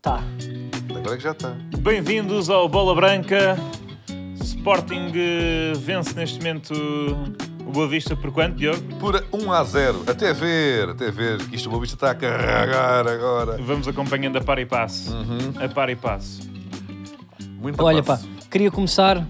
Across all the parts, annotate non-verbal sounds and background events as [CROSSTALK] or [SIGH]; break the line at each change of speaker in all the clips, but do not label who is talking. Tá.
Então já tá. está.
Bem-vindos ao Bola Branca. Sporting eh, vence neste momento o Boa Vista por quanto, Diogo?
Por 1 a 0. Até ver, até ver, que isto o Boa Vista está a carregar agora.
Vamos acompanhando a par e passo.
Uhum.
A par e passo.
Muito
Olha, pá,
passe.
queria começar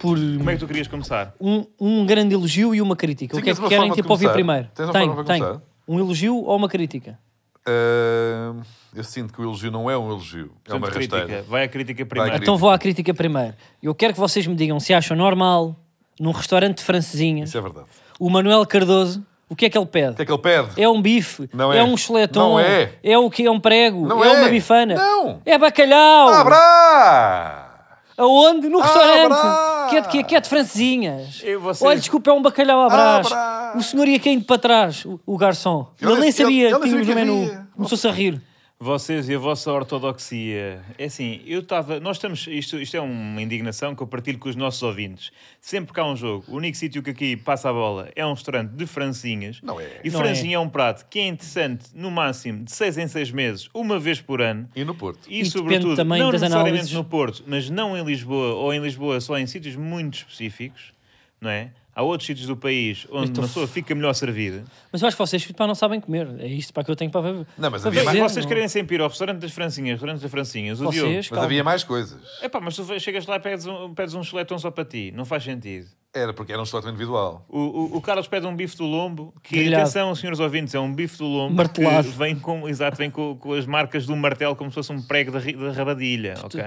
por
Como é que tu querias começar?
um, um grande elogio e uma crítica.
Sim,
o que é
tens
que
uma
querem
forma de
tipo ouvir
começar?
primeiro?
Tens uma forma
tenho,
para
tenho.
começar?
Um elogio ou uma crítica?
Ah, eu sinto que o elogio não é um elogio, é uma
Portanto, crítica.
rasteira.
Vai a crítica primeiro.
crítica.
Então vou à crítica primeiro. Eu quero que vocês me digam se acham normal, num restaurante de francesinha,
Isso é verdade.
o Manuel Cardoso, o que é que ele pede?
O que é que ele pede?
É um bife,
Não
é.
é.
um chuletão,
Não é.
o que? É um prego,
Não
é,
é.
uma bifana,
Não.
é bacalhau!
Um Abra!
Aonde? No
Abra!
restaurante! Que é de quê? Que é de francesinhas.
E vocês?
Olha, desculpa, é um
Ah,
bacalhau à brás.
Abra!
O senhor ia caindo para trás, o, o garçom.
Ele
Ele,
nem-
nem sabia
ele- ele
que
nem
tínhamos no
sabia que
menu.
havia.
Começou-se a rir.
Vocês e a vossa ortodoxia. É assim, eu estava. Nós estamos. Isto, isto é uma indignação que eu partilho com os nossos ouvintes. Sempre que há um jogo, o único sítio que aqui passa a bola é um restaurante de francinhas.
Não é.
E
Não
francinha é. um prato que é interessante, no máximo, de seis em seis meses, uma vez por ano.
E no Porto?
E,
E
sobretudo,
depende também
não
das
necessariamente
análises.
no Porto, mas não em Lisboa, ou em Lisboa só em sítios muito específicos, não é? Há outros sítios do país onde
tô
uma
f-
pessoa fica melhor servida.
Mas eu acho que vocês pá, não sabem comer. É isto para que eu tenho para ver.
Não, mas
para
havia
Mas
fazer,
mais-
vocês
não?
querem sempre ir ao restaurante das francinhas, restaurante das francinhas, o Diogo.
Vocês,
Mas
calma.
havia mais coisas.
Epá, mas tu chegas lá e pedes um, pedes um chuletão só para ti. Não faz sentido.
Era porque era um chocolate individual.
O, o, o Carlos pede um bife do lombo, que,
Grelhado.
atenção, senhores ouvintes, é um bife do lombo
Martelado.
que vem com, exato, vem com, com as marcas do martelo como se fosse um prego da, ri- da rabadilha, ok?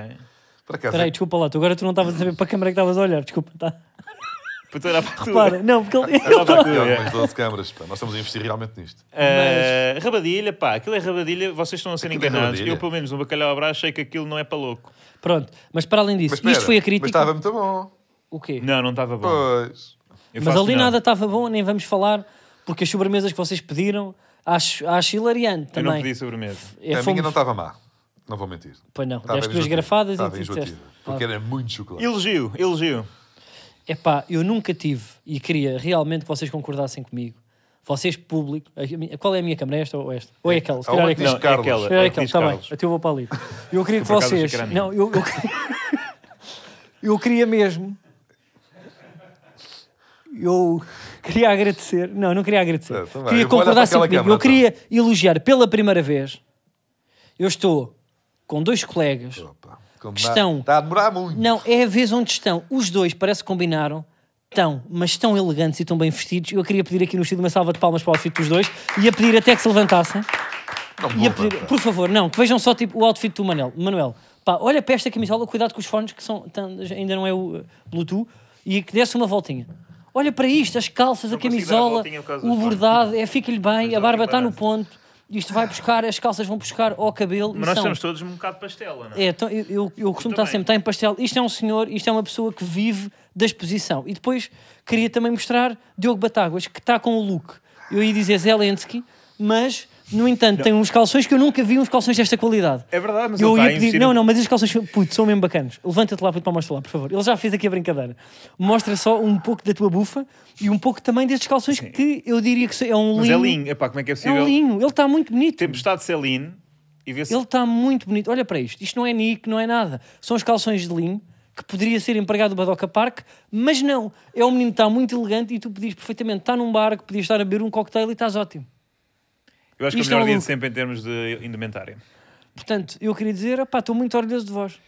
Para casa.
Peraí, desculpa lá, tu, agora tu não estavas a saber para a câmara que estavas a olhar. Desculpa,
[LAUGHS]
tá?
Puta, era para tu.
Claro, não, porque ele.
Era para tu, é.
Mas 12 câmaras, pá. Nós estamos a investir realmente nisto.
Ah, Rabadilha, pá, aquilo é rabadilha, vocês estão a ser
Aquilo é
enganados.
rabadilha.
Eu, pelo menos, no bacalhau à brás, sei que aquilo não é para louco.
Pronto, mas para além disso,
Mas espera,
isto foi a
Mas
crítica.
estava muito bom.
O quê?
Não, não estava bom.
Pois.
Eu
Mas
faço
ali
não.
nada estava bom, nem vamos falar, porque as sobremesas que vocês pediram acho, acho hilariante
Eu
também.
não pedi sobremesa.
É,
a
fomos-
minha não estava má. Não vou mentir.
Pois não,
Estava
deste duas
enjoativa.
garfadas e
Estava
tu disseste. Ah.
enjoativa. Porque era muito chocolate.
Elogio, elogio.
Epá, eu nunca tive e queria realmente que vocês concordassem comigo. Vocês, público. a minha- Qual é a minha câmara? Esta ou esta? Ou é aquela? Se
Há
calhar é
uma que
aquela.
diz
Não, é
Carlos.
aquela.
Se calhar é
é que
aquela,
diz
está bem.
Carlos.
Então eu vou para ali. Eu queria que
por acaso
vocês.
achei que era a minha.
Não, eu, eu... [LAUGHS] eu queria mesmo. Eu queria agradecer. Não, não queria agradecer.
Tá, tá bem.
queria
Eu
que
vou olhar para
concordassem comigo.
aquela câmara,
eu queria elogiar pela primeira vez. Eu estou com dois colegas.
Opa, como dá-
Questão.
Está a demorar muito.
Não, é a vez onde estão. Os dois parece que combinaram. Estão, mas estão elegantes e estão bem vestidos. Eu queria pedir aqui no estúdio uma salva de palmas para o outfit dos dois. Ia pedir até que se levantassem.
Não me
Ia
vou
pedir,
levantar.
por favor, não, que vejam só tipo, o outfit do Manuel. Manuel, pá, olha para esta camisola, cuidado com os fones que são, tão- ainda não é o eh, Bluetooth, e que desse uma voltinha. Olha para isto, as calças, a
Não consigo dar a
camisola,
voltinha por causa
o
dos fones.
bordado, é, fica-lhe bem,
dá
a barba está no
embaraço.
ponto, isto vai buscar, as calças vão buscar ao cabelo. e
Mas nós
são-
estamos todos um bocado pastela, não é?
é, então, eu, eu, eu costumo estar
também.
sempre, está em pastel. Isto é um senhor, isto é uma pessoa que vive da exposição. E depois queria também mostrar Diogo Batáguas, que está com o look. Eu ia dizer Zelensky, mas, no entanto, tem uns calções que eu nunca vi, uns calções desta qualidade.
É verdade, mas
eu
ele está
ia
a
pedir,
investir
não,
no-
não, mas estes calções, puto, são mesmo bacanas. Levanta-te lá, puto, para mostrar lá, por favor. Ele já fez aqui a brincadeira. Mostra só um pouco da tua bufa e um pouco também destes calções que eu diria que é um
Mas é
linho.
linho. Epá, como é que é
É
possível?
um linho, ele está muito bonito.
Tempestade de Celine e ver se
Ele está muito bonito. Olha para isto. Isto não é Nick, não é nada. São os calções de linho que poderia ser empregado do Badoca Park, mas não. É um menino que está muito elegante e tu podias perfeitamente estar num bar, que podias estar a beber um cocktail e estás ótimo.
Eu acho que é o
Isto é
melhor
um
dia de
lucro.
sempre em termos de indumentária.
Portanto, eu queria dizer, opá, estou muito orgulhoso de vós.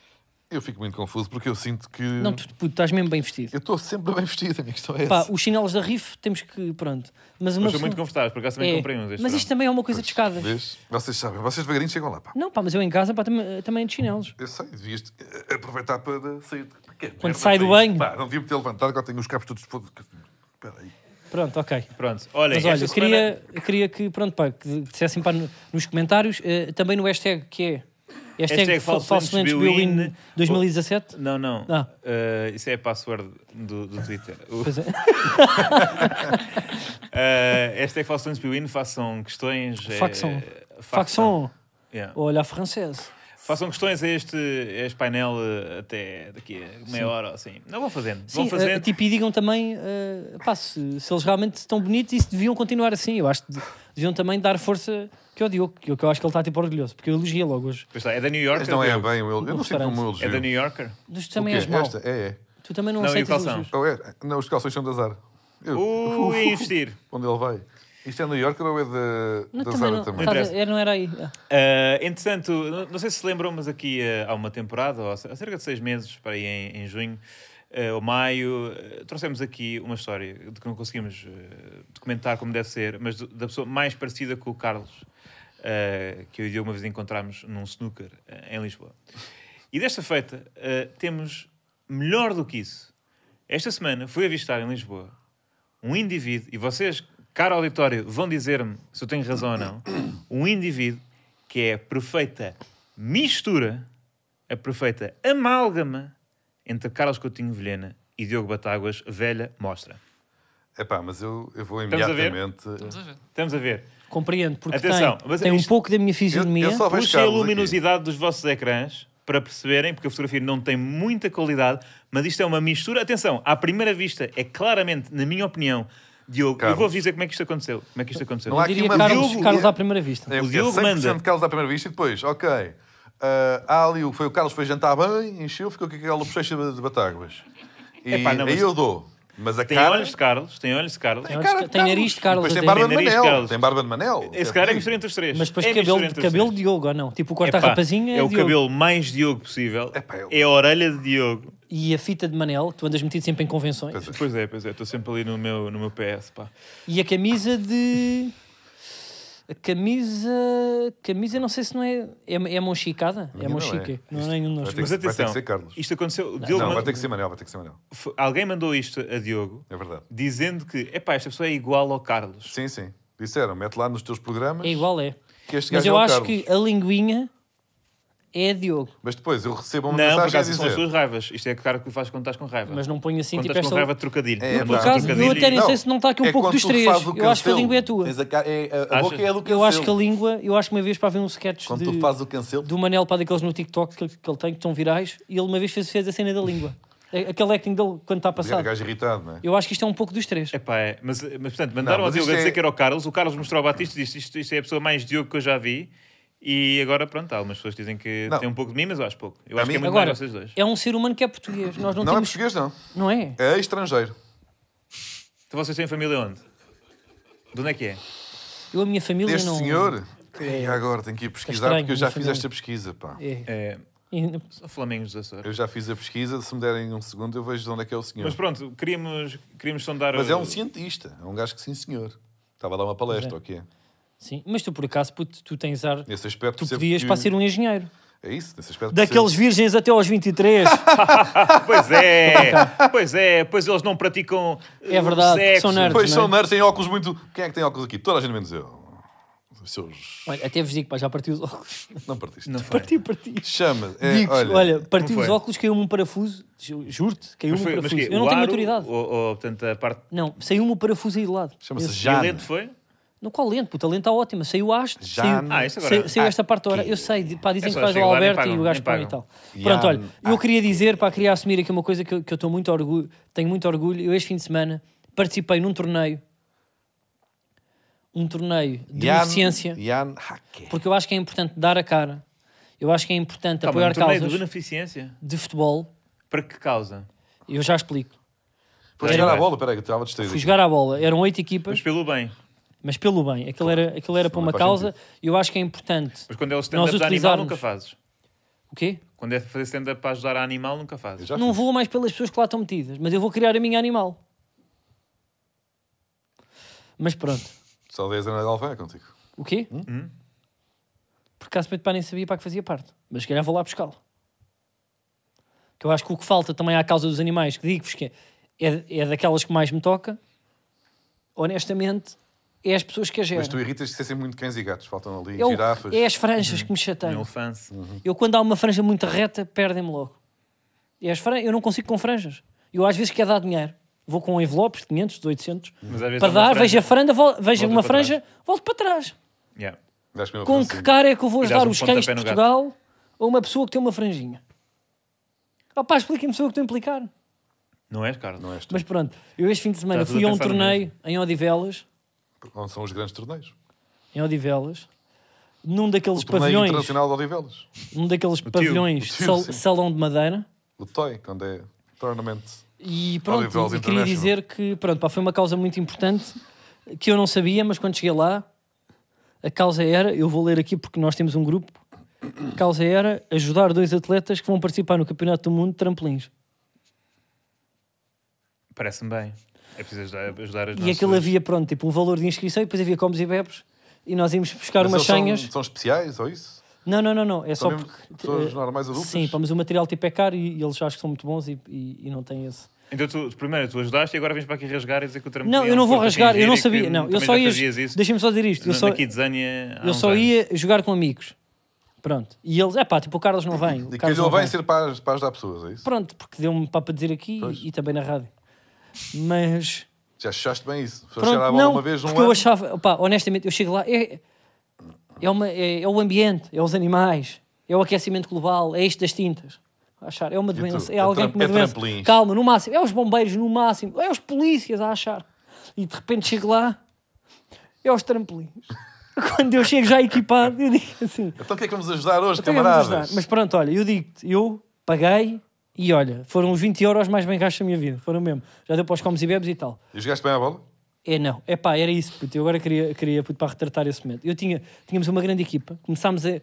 Eu fico muito confuso porque eu sinto que.
Não, tu, puto, estás mesmo bem vestido.
Eu estou sempre bem vestido, a minha questão é
Pá,
essa.
os chinelos da Riff temos que, pronto. Mas uma
Mas estou muito
pessoa-
confortável, por acaso também
um É.
comprei uns. este
Mas
verão.
isto também é uma coisa de escadas.
Vês? Vocês sabem, vocês devagarinho chegam lá, pá.
Não, pá, mas eu em casa, pá, também, também de chinelos.
Eu sei, devias eh, aproveitar para sair. Que é merda
sai do
foi
banho.
isto? Pá, não devia me ter levantado, agora tenho os cabos todos. Espera aí.
É
Pronto, ok.
Pronto, olha,
é- Mas olha,
esta
eu queria,
semana-
eu queria que, pronto, pá, que dissessem pá, no- nos comentários, eh, também no hashtag que é
Hashtag
fa-
falsamente
falsamente
Bill in-
Bill in 2017.
Não, não.
Ah.
Eh, isso é a password do, do Twitter. O-
Pois é.
Eh, esta é Façam Spewin, façam questões. eh,
Façam.
façam.
Faxon,
Yeah.
olha a francesa.
Façam questões a este, a este painel eh, até daqui a meia hora ou assim. Não vão fazendo.
Sim,
vão fazendo.
eh, tipo, e digam também eh, pá, se, se eles realmente estão bonitos e se deviam continuar assim. Eu acho que de- deviam também dar força que é o Diogo, que eu que eu acho que ele está tipo orgulhoso, porque eu elogiei logo hoje.
Pois está, é da New Yorker.
Mas não é
Diogo?
bem o elogio. Eu não sei como o elogio.
É da New Yorker?
Mas tu
O
também
quê?
és mau.
Esta? É, é.
Tu também não,
Não, e o
aceitas
calção?
elogios.
Ou é. Não, os calções são de azar. Eu-
Uh,
[LAUGHS]
e investir.
Onde ele vai? Isto é New Yorker ou é de,
Não,
de
também
Zara
não,
também?
tá-
Interessa.
é, não era aí. Ah.
Uh, entretanto, não, não sei se se lembram, mas aqui uh, há uma temporada, ou há cerca de seis meses, para aí em, em junho uh, ou maio, uh, trouxemos aqui uma história de que não conseguimos uh, documentar como deve ser, mas do- da pessoa mais parecida com o Carlos, uh, que eu e o Diogo uma vez encontramos num snooker uh, em Lisboa. E desta feita, uh, temos melhor do que isso. Esta semana fui avistar em Lisboa um indivíduo, e vocês, caro auditório, vão dizer-me se eu tenho razão ou não, um indivíduo que é a perfeita mistura, a perfeita amálgama entre Carlos Coutinho Vilhena e Diogo Batáguas, velha mostra.
É pá, mas eu, eu vou
Estamos a ver?
imediatamente.
Estás a ver?
Estamos a ver.
Compreendo, porque
Atenção,
tem,
mas
tem um
isto-
pouco da minha fisionomia.
Eu- eu só- vejo
Puxem a
Carlos aqui.
luminosidade dos vossos ecrãs para perceberem, porque a fotografia não tem muita qualidade, mas isto é uma mistura. Atenção, à primeira vista, é claramente, na minha opinião, Diogo, eu
Carlos.
vou-vos dizer como é que isto aconteceu. Como é que isto aconteceu.
Não há
Eu
aqui
diria
uma
Carlos,
Diogo-
Carlos à primeira vista.
É
O
o quê?
Diogo
100%
manda.
de Carlos à primeira vista e depois, ok. ah, há ali, o- foi o Carlos foi jantar bem, encheu, ficou com aquela bochecha de batáguas. E
Epá, não,
aí
mas-
eu dou. Mas a
Tem
cara...
olhos de Carlos, tem olhos de Carlos.
Tem
a
olhos-
cara
tem nariz de Carlos
Depois tem
até.
barba de
Tem nariz de
Manel.
Carlos.
Tem barba de Manel.
Esse cara é mistura
bonito.
entre os três.
Mas depois
é mistura
cabelo,
entre os
cabelo
três.
Diogo, ou não? Tipo, o corta
Epá,
rapazinha
é o
Diogo.
cabelo mais Diogo possível.
Epá, eu-
É a orelha de Diogo.
E a fita de Manel, tu andas metido sempre em convenções.
Pois é.
Pois é, pois é. Estou sempre ali no meu, no meu PS, pá.
E a camisa de. A camisa. Camisa, não sei se não é. É, é monchicada? É
não
monchique.
é.
Não é,
Isto
nenhum de nós.
vai ter
Mas
que-
atenção,
ser Carlos.
isto aconteceu... Diogo
Não,
mandou-
vai ter que ser Manel, vai ter que ser Manel.
F- Alguém mandou isto a Diogo,
É verdade.
dizendo que, epá, esta pessoa é igual ao Carlos.
Sim, sim. Disseram, mete lá nos teus programas.
É igual, é.
Que este
Mas
gajo é
eu
o
acho
Carlos.
que a linguinha é Diogo.
Mas depois eu recebo uma
Não, por
mensagem a
acaso são as
dizer.
suas raivas. Isto é a cara que faz quando estás com raiva.
Mas não ponho assim,
Quando
tipo,
estás com
esta-
raiva de trocadilho.
É,
Não
pá.
pões
Por acaso, eu
trocadilho.
até nem sei se não está aqui um
é
pouco
quando
dos
tu
três.
fazes o
Eu acho que a
cancelo.
língua é tua.
Tens A, ca- é- a- a
Achas?
boca é a do cancelo.
Eu acho que a língua, eu acho que uma vez para ver um sketch
Quando
de,
tu fazes o cancelo,
do Manel para daqueles no TikTok que, que ele tem, que estão virais, e ele uma vez fez, fez a cena da língua. É- Aquele acting dele quando está
o
passado.
gajo irritado, não é?
Eu acho que isto é um pouco dos três.
Epá, é. mas, mas portanto, mandaram
Não,
ao
mas
Diogo
isto
a dizer
é-
que era o Carlos. O Carlos mostrou ao Batista e disse: isto, isto é a pessoa mais Diogo que eu já vi. E agora, pronto, há algumas pessoas que dizem que
Não.
tem um pouco de mim, mas eu acho pouco. Eu
A
acho que é
mim-
muito
Agora,
mais vocês dois.
é um ser humano que é português. Nós não,
Não é
temos.
português, não.
Não é?
É estrangeiro.
Então vocês têm família onde? De onde é que é?
Eu, a minha família
Este
não. É.
senhor. E agora tenho que ir pesquisar
estranho,
porque eu já
minha
fiz
família.
esta pesquisa, pá.
É.
é...
E-
São Flamengos dos Açores.
Eu já fiz a pesquisa, se me derem um segundo eu vejo de onde é que é o senhor.
Mas
Mas,
pronto, queríamos, queríamos sondar.
é
o-
um cientista, é um gajo que sim senhor. Estava a dar uma palestra, ok?
Sim, mas tu por acaso puto, tu tens ar.
Nesse aspecto
é. Tu
percebo
podias
que-
para ser um engenheiro.
É isso, nesse aspecto
Daqueles
percebo.
virgens até aos
[LAUGHS]
23.
[LAUGHS] Pois é, pois é, pois eles não praticam. eh,
É verdade,
sexo.
são nerds.
Pois
não é?
são nerds, têm óculos muito... Quem é que tem óculos aqui? Toda a gente menos eu. Os seus...
Olha, até vos digo, pá, já partiu os óculos.
Não partiste.
Não foi.
Partiu, partiu.
Chama. É,
Digo-vos,
olha,
olha, partiu
não
os
foi.
óculos, caiu-me um parafuso. Ju- Juro-te,
Mas
caiu-me um
foi- mas
parafuso.
quê?
Eu não
O
tenho
aro,
maturidade.
Ou, ou, portanto, a parte.
Não, saiu-me o parafuso aí de lado.
Chama-se
Esse-
Jane.
Lento foi?
Não, qual lente? Puta, a lente está ótima. Saiu a haste.
Já-
Saiu,
Ah, isso agora-
saiu- saiu
Ah,
esta parte da hora. Eu sei, de- pá, dizem
É
que
só
faz o
chegar lá, nem
Alberto
pagam,
e o
nem
gajo põe e
pagam.
tal. Pronto, olha,
Ah.
eu queria dizer, pá, queria assumir aqui uma coisa que eu que eu estou muito orgulho, tenho muito orgulho. Eu este fim de semana participei num torneio, um torneio de
Jan-
beneficência,
Jan Hacke.
porque eu acho que é importante dar a cara. Eu acho que é importante
Calma, um
apoiar
torneio de
causas
beneficência.
de futebol.
Para que causa?
Eu já explico.
Foi
Aí
jogar
vai.
a bola, peraí, que eu estava distraído.
Fui
aqui.
jogar à bola, eram oito
Mas
equipas,
pelo bem.
mas pelo bem, aquilo era, aquilo era para
Não
uma
faz
causa e eu acho que é importante.
Mas quando é o
Nós
stand-up de animal,
utilizarmos.
nunca fazes.
O quê?
Quando é fazer stand-up para ajudar a animal, nunca fazes.
Eu já
Não
fiz.
vou mais pelas pessoas que lá estão metidas, mas eu vou criar a minha animal. Mas pronto.
Só 10 anos de Alfã é contigo.
O quê?
Hum?
Por acaso, Pedro Pá nem sabia para que fazia parte. Mas se calhar vou lá buscá-lo. Que eu acho que o que falta também à causa dos animais, que digo-vos que é, é daquelas que mais me toca, honestamente, é as pessoas que a geram.
Mas tu irritas de ser sempre muito cães e gatos. Faltam ali
É o-
girafas. Uhum.
é as franjas que me
Um
chateiam.
elefante.
Eu, quando há uma franja muito reta, perdem-me logo. E as fran... Eu não consigo com franjas. Eu, às vezes, quero dar dinheiro. Vou com envelopes de 500, de 800.
Mas às vezes
para
há uma
dar,
franja.
vejo a franja, vol... vejo
Voltas
uma
para
franja, volto para trás.
Yeah.
Gajo que não é
Com que
francinho.
cara é que eu vou
E dás
ajudar
um
os cães de
pontapé no gato.
Portugal a uma pessoa que tem uma franjinha? Ah pá, expliquem-me se eu que estou a implicar.
Não és, Carlos?
Não és tu.
Mas pronto, eu este fim de semana
Está tudo
fui a
a
um
pensar no
assim,
torneio em Odivelas.
Onde são os grandes torneios?
Em Odivelas. num daqueles
O torneio
pavilhões,
internacional de Odivelas.
num daqueles pavilhões,
tio,
sal-
sim.
salão de madeira.
O TOI, quando é Tournament.
E pronto,
Olive Oil
eu queria
International.
dizer que pronto, pá, foi uma causa muito importante que eu não sabia, mas quando cheguei lá, a causa era, eu vou ler aqui porque nós temos um grupo, a causa era ajudar dois atletas que vão participar no Campeonato do Mundo de trampolins.
Parece-me bem. É preciso ajudar, ajudar as
e
nossas-
aquilo havia, pronto, tipo um valor de inscrição e depois havia comes e bebes e nós íamos buscar
Mas
umas
eles são-
senhas.
São especiais, ou isso?
Não, não, não, não, é
São
só
mesmo
porque...
pessoas
eh,
normais adultas?
Sim, pá, mas o material tipo é caro e, e eles acham que são muito bons e, e- e não têm esse.
Então, tu, primeiro, tu ajudaste e agora vens para aqui rasgar e dizer que o trampolim
Não,
é
eu
um
não vou
desporto a
rasgar, eu não
fingir e que
sabia. Não, eu
também
só
já
ia.
fazias isso
Deixa-me só dizer isto. Eu
na-
só,
na Kidzania
Ah,
há
um
um
Eu
uns
só
anos.
ia jogar com amigos. Pronto. E eles, é pá, tipo, o Carlos não
[COUGHS]
vem. O
E
Carlos
calhou
não
bem
vem.
ser para as, para as dar pessoas, é isso?
Pronto, porque deu-me para dizer aqui
Pois.
e, e também na rádio. Mas.
Já achaste bem isso? Só
Pronto,
chegar à bola
não,
uma vez num
porque eu
ano.
achava, pá, honestamente, eu chego lá, é, é, uma, é, é o ambiente, é os animais, é o aquecimento global, é isto das tintas. A achar, é uma
tu?
doença, é
É
alguém
tram-
com uma
é
doença.
trampolins.
Calma, no máximo, é os bombeiros no máximo, é os polícias a achar. E de repente chego lá, é os trampolins. [LAUGHS] Quando eu chego já equipado, eu digo assim,
Então o que é que vamos ajudar hoje,
então vamos ajudar.
camaradas?
Mas pronto, olha, eu digo-te, eu paguei e olha, foram os 20 euros mais bem gastos da minha vida, foram mesmo. Já deu para os comes e bebes e tal.
E jogaste bem a bola?
É, não. É pá, era isso, puto. Eu agora queria, queria puto, para retratar esse momento. Eu tinha, tínhamos uma grande equipa. Começámos a... eh,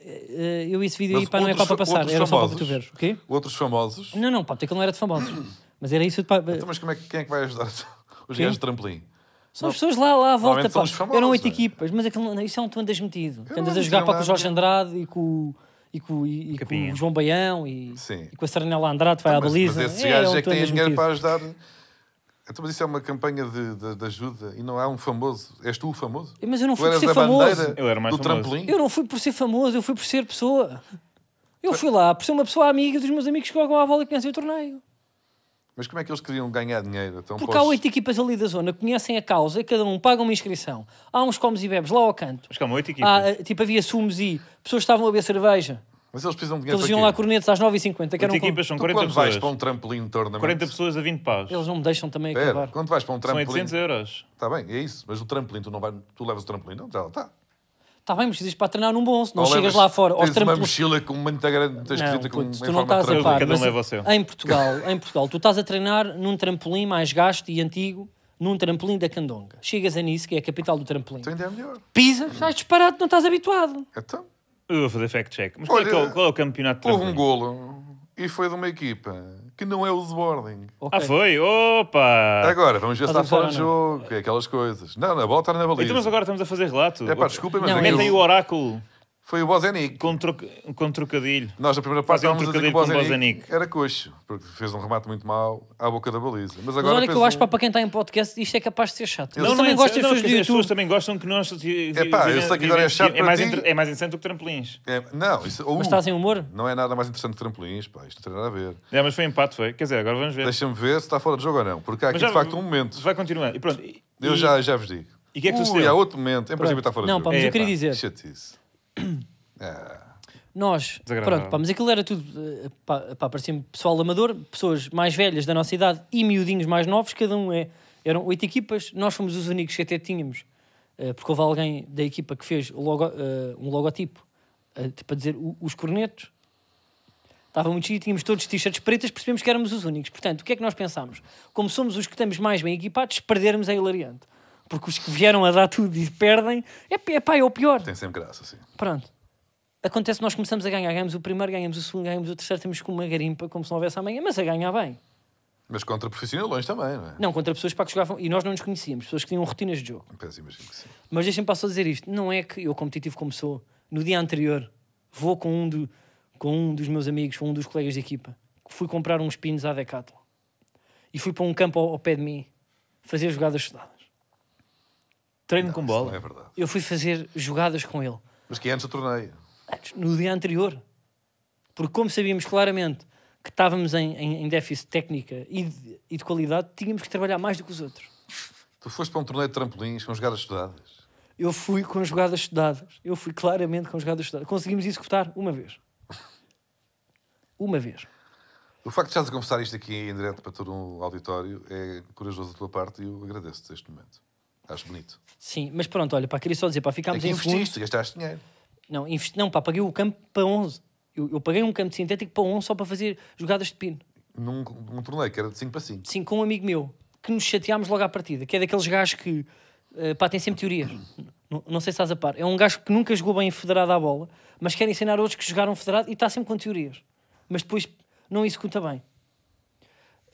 eh, Eu esse vídeo
Mas
aí, pá, não é
outros
pá para
fa-
passar.
outros
Era só para
famosos?
tu veres. O quê?
Outros famosos.
Não, não, pá, porque aquilo não era de famosos. Mas era isso, pá.
Então, mas como é que, quem é que vai ajudar [LAUGHS] os
Quem?
gajos de trampolim?
São as pessoas lá, lá à volta,
Normalmente são
pá.
os famosos,
Eram oito
não é?
equipas, mas aquilo, não, isso é um tu andas metido.
Eu
Tu andas
não
a jogar
sei
pá,
lá,
com o Jorge Andrade e com, e com, e, e com
Capinha.
o João Baião e,
Sim. Tá,
e com a Saranela Andrade, vai à
mas,
baliza.
mas esses
é,
gajos
onde
é que
tu
têm
andas
dinheiro
metido.
para ajudar. Então, mas isso é uma campanha de, de- de ajuda e não há um famoso. És tu o famoso?
Mas eu não
Tu
fui por
eras
ser
a
famoso.
bandeira
Eu era mais
do
famoso.
trampolim?
Eu não fui por ser famoso, eu fui por ser pessoa. Eu fui lá por ser uma pessoa amiga dos meus amigos que jogam à bola e conhecem o torneio.
Mas como é que eles queriam ganhar dinheiro? Então,
Porque
pós-
há oito equipas ali da zona, que conhecem a causa, cada um paga uma inscrição. Há uns comes e bebes lá ao canto.
Mas calma, oito equipas.
Há, eh, tipo, havia sumos e pessoas que estavam a beber cerveja.
Mas eles precisam de
Que
dinheiro
eles
para
iam lá
quê?
cornetos às 9h50. Que
Oito
eram com-
equipas são
Tu
40
quando vais
pessoas.
para um trampolim torneio
40 pessoas a 20 paus.
Eles não me deixam também
Pera,
acabar.
quando vais para um
São
trampolim...
800 euros.
Está bem, é isso. Mas o trampolim, tu não vai... Tu levas o trampolim? Não, já lá está.
Está Tá bem, mas precisas para treinar num bom, se não
Ou
é
chegas
levas-
lá fora. aos
Tens uma
trampolins-
mochila com muita grande... Muita
Não,
esquisita com... Então,
puto,
em
tu não
forma de
estás a
trampolim.
par.
Cada um
mas
leva o seu.
Em Portugal, em Portugal, tu estás a treinar num trampolim mais gasto e antigo, num trampolim da Candonga. Chegas a Nice, que é a capital do trampolim.
Então ainda é melhor.
Pisa, estás disparado, não estás habituado.
Então,
Eu vou fazer fact-check. Mas qual, é
Olha,
que é o- qual é o campeonato de
houve um
trampolim?
golo e foi de uma equipa que não é o de boarding.
Ok.
Ah, foi? Opa!
Agora, vamos ver se
Estás a
está fora
um
gozar
de
ou
jogo, é aquelas coisas. Não, na bola está na baliza.
Então, mas agora estamos a fazer relato.
É pá, desculpa, mas
Não,
aquilo-
Metem aí o oráculo
foi o Bozenic.
com, troca- com trocadilho.
Nós, na primeira parte,
Fazer um
estávamos a dizer que o
trocadilho com o
Bozenic era coxo, porque fez um remate muito mau à boca da baliza. Mas
Mas
agora
olha que
fez
eu acho,
um...
pá, para quem está em podcast, isto é capaz de ser chato. Mas
não,
também
é-
gosto das
não,
pessoas
quer
do
dizer, As pessoas
YouTube.
também gostam que nós...
Epá, eu sei que agora é chato
É mais,
para ti.
inter- é mais interessante do que trampolins.
É, não, isso... uh,
Mas estás em humor?
Não é nada mais interessante que trampolins, pá, isto não tem nada a ver.
É, mas foi empate, foi. Quer dizer, agora vamos ver.
Deixa-me ver se está fora de jogo ou não, porque há aqui,
Mas já-
de facto, um momento.
Vai continuar. E pronto. e-
Eu
e-
já, já vos digo.
E o que é que
Ui,
sucedeu?
há outro momento. Em princípio está fora de
Não,
jogo.
pá, mas
É,
eu queria
pá.
dizer,
Chatice. Ah,
nós,
Desagradável.
pronto, pá, mas aquilo era tudo, eh, pá, pá, parecia-me pessoal amador, pessoas mais velhas da nossa idade e miudinhos mais novos, cada um é, eram oito equipas, nós fomos os únicos que até tínhamos, eh, porque houve alguém da equipa que fez o logo- eh, um logotipo, eh, tipo a dizer o- os cornetos, Estava muito chique, tínhamos todos t-shirts pretas, percebemos que éramos os únicos. Portanto, o que é que nós pensámos? Como somos os que estamos mais bem equipados, perdermos é hilariante. Porque os que vieram a dar tudo e perdem, é, p- é pá, é o pior.
Tem sempre graça, sim.
Pronto. Acontece, nós começamos a ganhar. Ganhamos o primeiro, ganhamos o segundo, ganhamos o terceiro. Temos com uma garimpa, como se não houvesse amanhã, mas a ganhar bem.
Mas contra profissionais também, não é?
Não, contra pessoas para que jogavam. E nós não nos conhecíamos, pessoas que tinham rotinas de jogo.
Peço, imagino que sim.
Mas deixem-me passar a dizer isto. Não é que eu, competitivo como sou, no dia anterior vou com um, do- com um dos meus amigos, com um dos colegas de equipa, que fui comprar uns pinos à Decathlon. E fui para um campo ao, ao pé de mim fazer jogadas estudadas.
Treino com
Isso não
bola.
é verdade.
Eu fui fazer jogadas com ele.
Mas que é antes do torneio.
Antes, no dia anterior. Porque como sabíamos claramente que estávamos em, em, em déficit de técnica e de, e de qualidade, tínhamos que trabalhar mais do que os outros.
Tu foste para um torneio de trampolins com jogadas estudadas.
Eu fui com jogadas estudadas. Eu fui claramente com jogadas estudadas. Conseguimos executar uma vez. Uma vez.
O facto de estás a confessar isto aqui em direto para todo um auditório é corajoso da tua parte e eu agradeço-te este momento. Acho bonito.
Sim, mas pronto, olha, pá, queria só dizer, pá,
É
ficámos
que
em segundo.
investiste, gastaste dinheiro.
Não, investi... não, pá, paguei o campo para 11. Eu, eu paguei um campo de sintético para 11 só para fazer jogadas de pino.
Num, num torneio que era de 5 para 5.
Sim, com um amigo meu, que nos chateámos logo à partida, que é daqueles gajos que, eh, pá, tem sempre teorias. Não, não sei se estás a par. É um gajo que nunca jogou bem federado à bola, mas quer ensinar outros que jogaram federado e está sempre com teorias. Mas depois não executa bem.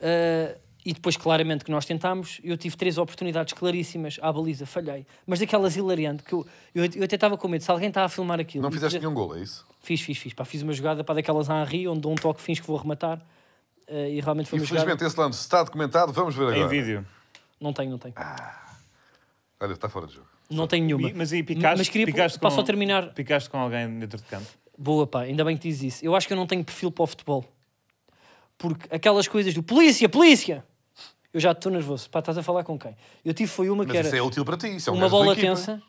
Ah, e depois, claramente, que nós tentámos, eu tive três oportunidades claríssimas à baliza, falhei. Mas daquelas hilariante que eu, eu, eu até estava com medo, se alguém está a filmar aquilo...
Não
e dizer-
fizeste nenhum gol, é isso?
Fiz, fiz, fiz. Pá, fiz uma jogada para daquelas à Henri, onde dou um toque, fins que vou rematar. Eh, e realmente foi uma jogada...
Infelizmente, esse lance está documentado, vamos ver
Em
agora.
vídeo.
Não tenho, não tenho.
Olha, está fora de jogo.
Não tenho nenhuma.
E- Mas aí picaste,
Mas queria
picaste
pá,
com-
só terminar.
Picaste com alguém dentro de campo.
Boa, pá, ainda bem que diz isso. Eu acho que eu não tenho perfil para o futebol. Porque aquelas coisas do polícia, polícia! Eu já estou nervoso. Pá, estás a falar com quem? Eu tive foi uma
Mas
que era
isso é útil para ti, isso é um
uma
gajo da
bola
equipa.
tensa.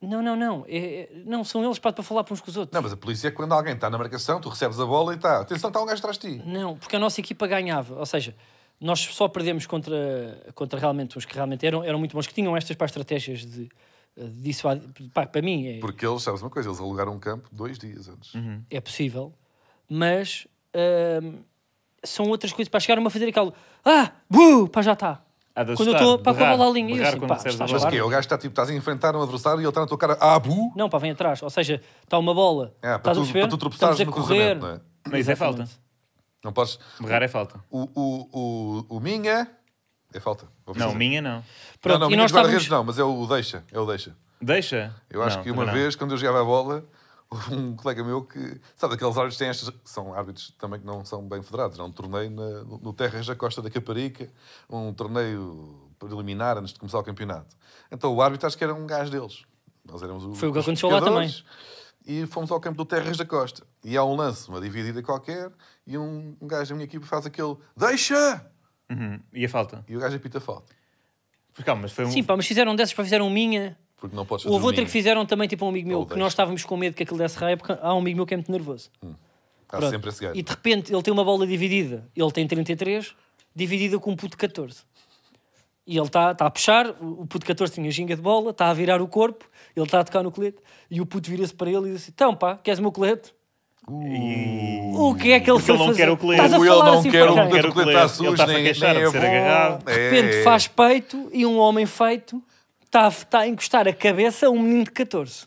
Não, não, não. É- é- não, são eles pá, para falar para uns com os outros.
Não, mas a polícia é quando alguém está na marcação, tu recebes a bola e está. Atenção, está um gajo atrás de ti.
Não, porque a nossa equipa ganhava. Ou seja, nós só perdemos contra, contra realmente uns que realmente eram, eram muito bons, que tinham estas para estratégias de, de dissuadir. Pá, para mim é.
Porque eles, sabes uma coisa, eles alugaram um campo dois dias antes.
Uhum.
É possível, mas hum, são outras coisas para chegar a fazer aquilo. Ah, bu, pá, já está.
Há de
Quando eu
assustar,
estou pá, com a
berrar,
bola à linha, eu
berrar
assim,
quando
pá,
recebes a
estás
Mas
bola.
o
a
quê?
par?
O gajo está tipo, estás a enfrentar um adversário e ele está na tua cara, ah, bu!
Não, pá, vem atrás. Ou seja, está uma bola.
É, para,
estás a
tu,
perceber?
para tu tropeçares no
Estamos a correr.
cruzamento, não é?
Mas isso é falta.
Exatamente.
Não podes.
Berrar é falta.
O, o, o, o Minha. É falta. Vou
Não,
fazer.
minha não.
Não,
Pronto,
não,
e
Minha
nós
de guarda-redes
estávamos.
não, mas é o deixa. É o deixa.
Deixa.
Eu acho
Não,
que uma
também não.
vez, quando eu jogava a bola, houve um colega meu que. Sabe, aqueles árbitros têm estas. São árbitros também que não são bem federados. Era um torneio na- no no Terras da Costa da Caparica, um torneio preliminar antes de começar o campeonato. Então o árbitro acho que era um gajo deles. Nós éramos o,
Foi o que
os
aconteceu lá também.
jogadores E fomos ao campo do Terras da Costa. E há um lance, uma dividida qualquer, e um, um gajo da minha equipe faz aquele Deixa!
Uhum. E a falta.
E o gajo apita a falta.
Mas calma, mas foi um.
Sim, pá, mas fizeram dessas para fizeram minha.
Porque não podes fazer um
Houve outra
o
que fizeram também, tipo, a um amigo meu,
Ou
que
deixa.
nós estávamos com medo que aquilo desse raio, porque há um amigo meu que é muito nervoso.
mínimo.
Tá
Há
Pronto.
sempre esse gajo.
E de repente ele tem uma bola dividida. Ele tem 33, dividida com um puto de 14. E ele está tá a puxar, o o puto de 14 tinha ginga de bola, está a virar o corpo, ele está a tocar no colete, e o puto vira-se para ele e diz assim, então pá, queres o meu colete?
Uh.
O que é que ele
Uh, Porque
foi
ele não
fazer?
quer o colete.
Estás a
Ou ele
falar
não
assim
quer
para
um
quem?
quer
dedo
o
que
colete.
está
Ele
sujo,
está-se a
nem,
queixar
nem
de
é
ser
bom.
agarrado.
É,
De repente
é,
faz peito e um homem feito está a, tá a encostar a cabeça a um menino de 14.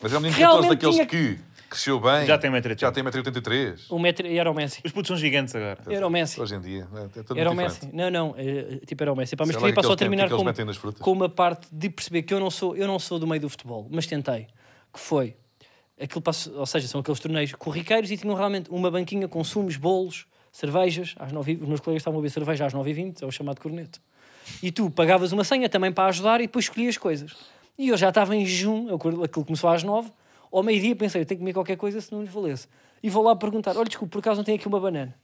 Mas é um menino de
Realmente
14 daqueles
tinha-
que cresceu bem.
Já tem 1,80.
Já tem 1,83m.
Um metro, era o Messi.
Os putos são gigantes agora.
Era o Messi.
Hoje em dia. né? É tudo
Era o
muito
Messi.
diferente.
Não, não, eh, tipo era o Messi. Pá, mas
Sei lá
queria
o que
pá,
é que
só
eles metem, o que é
terminar
que eles
com,
metem nas frutas.
com uma parte de perceber que eu não sou, eu não sou do meio do futebol, mas tentei. Que foi aquilo passo, ou seja, são aqueles torneios corriqueiros e tinham realmente uma banquinha com sumos, bolos, cervejas, às 9, os meus colegas estavam a beber cerveja às 9h20, é o chamado corneto. E tu pagavas uma senha também para ajudar e depois escolhias coisas. E eu já estava em jejum, eu acordo- aquilo começou às 9, ao meio-dia pensei, eu tenho que comer qualquer coisa senão lhes valesse. E vou lá perguntar: olha, desculpa, por acaso não tem aqui uma banana?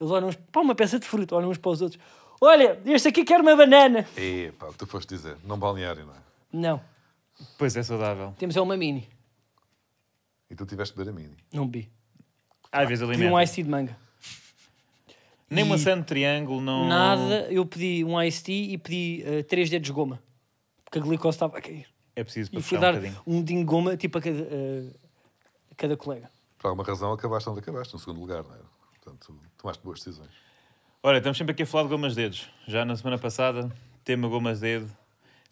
Eles olham uns para uma peça de fruta, olham uns para os outros. Olha, este aqui quer uma banana.
É, pá, o que tu foste dizer. Não balneário, não é?
Não,
Pois é saudável.
temos é uma mini.
E tu tiveste de beber a mini.
Não bebi.
Às vezes
Pedi um
alimenta.
iced tea de manga.
Nem uma
E-
sand triângulo,
Hum.
não.
Nada, eu pedi um iced tea e pedi eh, três dedos de goma. Porque a glicose estava a cair.
É preciso para
E fui
puxar um
dar
bocadinho.
um dinho de goma tipo a cada, eh, a cada colega.
Por alguma razão acabaste onde acabaste, no segundo lugar, não é? Portanto, tomaste boas decisões.
Hum.
Olha, estamos sempre aqui a falar de gomas de dedos. Já na semana passada, tema gomas de dedo,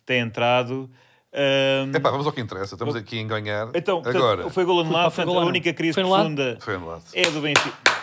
tem entrado. Ahm,
É pá, vamos ao que interessa. Estamos aqui em ganhar.
então, portanto,
Agora.
foi gol anulado,
Foi
portanto,
gol
a
anulado.
única crise
Foi anulado?
profunda
Foi anulado.
é do Benfica.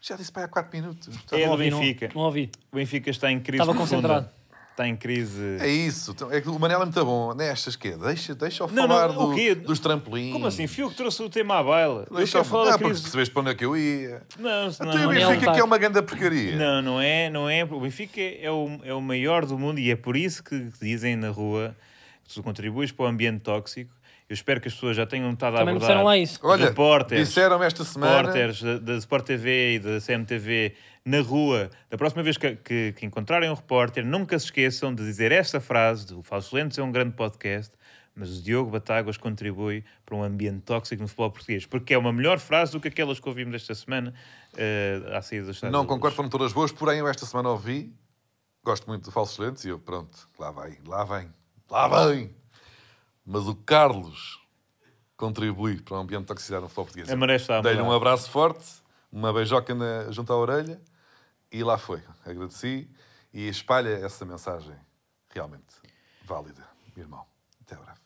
Já disse para há 4 minutos.
É
Não
do
ouvi, não-
Benfica.
Não ouvi.
O Benfica está em crise
Estava
profunda.
concentrado.
Está em crise.
É isso. Então, É que o Manel é muito bom. Nestas que é. Deixa, deixa eu
Não, não,
falar
o
do-
quê?
dos trampolins.
Como assim? Fio que trouxe o tema à baila. Eu
Deixa eu
quero falar
falar.
da
então, Porque
crise.
percebeste para onde é que eu ia.
Não,
Então,
não,
e o
não,
Manel
Benfica que
tá-
é uma grande porcaria.
Não, não é, não é. O Benfica é o, é o maior do mundo e é por isso que dizem na rua que tu contribuis para o ambiente tóxico. Eu espero que as pessoas já tenham estado a
Também me
abordar.
disseram lá isso.
Olha,
repórteres,
disseram esta semana.
repórteres da, da Sport TV e da CMTV na rua. Da próxima vez que, que- que encontrarem um repórter, nunca se esqueçam de dizer esta frase do Falso Lentes é um grande podcast, mas o Diogo Batáguas contribui para um ambiente tóxico no futebol português. Porque é uma melhor frase do que aquelas que ouvimos esta semana eh, à saída do estádio.
Não
da Luz.
concordo, foram todas boas, porém eu esta semana ouvi Gosto muito do Falsos Lentes e eu, pronto, lá vai, lá vem, lá vem. Mas o Carlos contribui para o ambiente de toxicidade no futebol português.
A maré está a
Dei-lhe um
mudar.
abraço forte, uma beijoca na- junto à orelha e lá foi. Agradeci e espalha essa mensagem realmente válida, meu irmão. Até breve.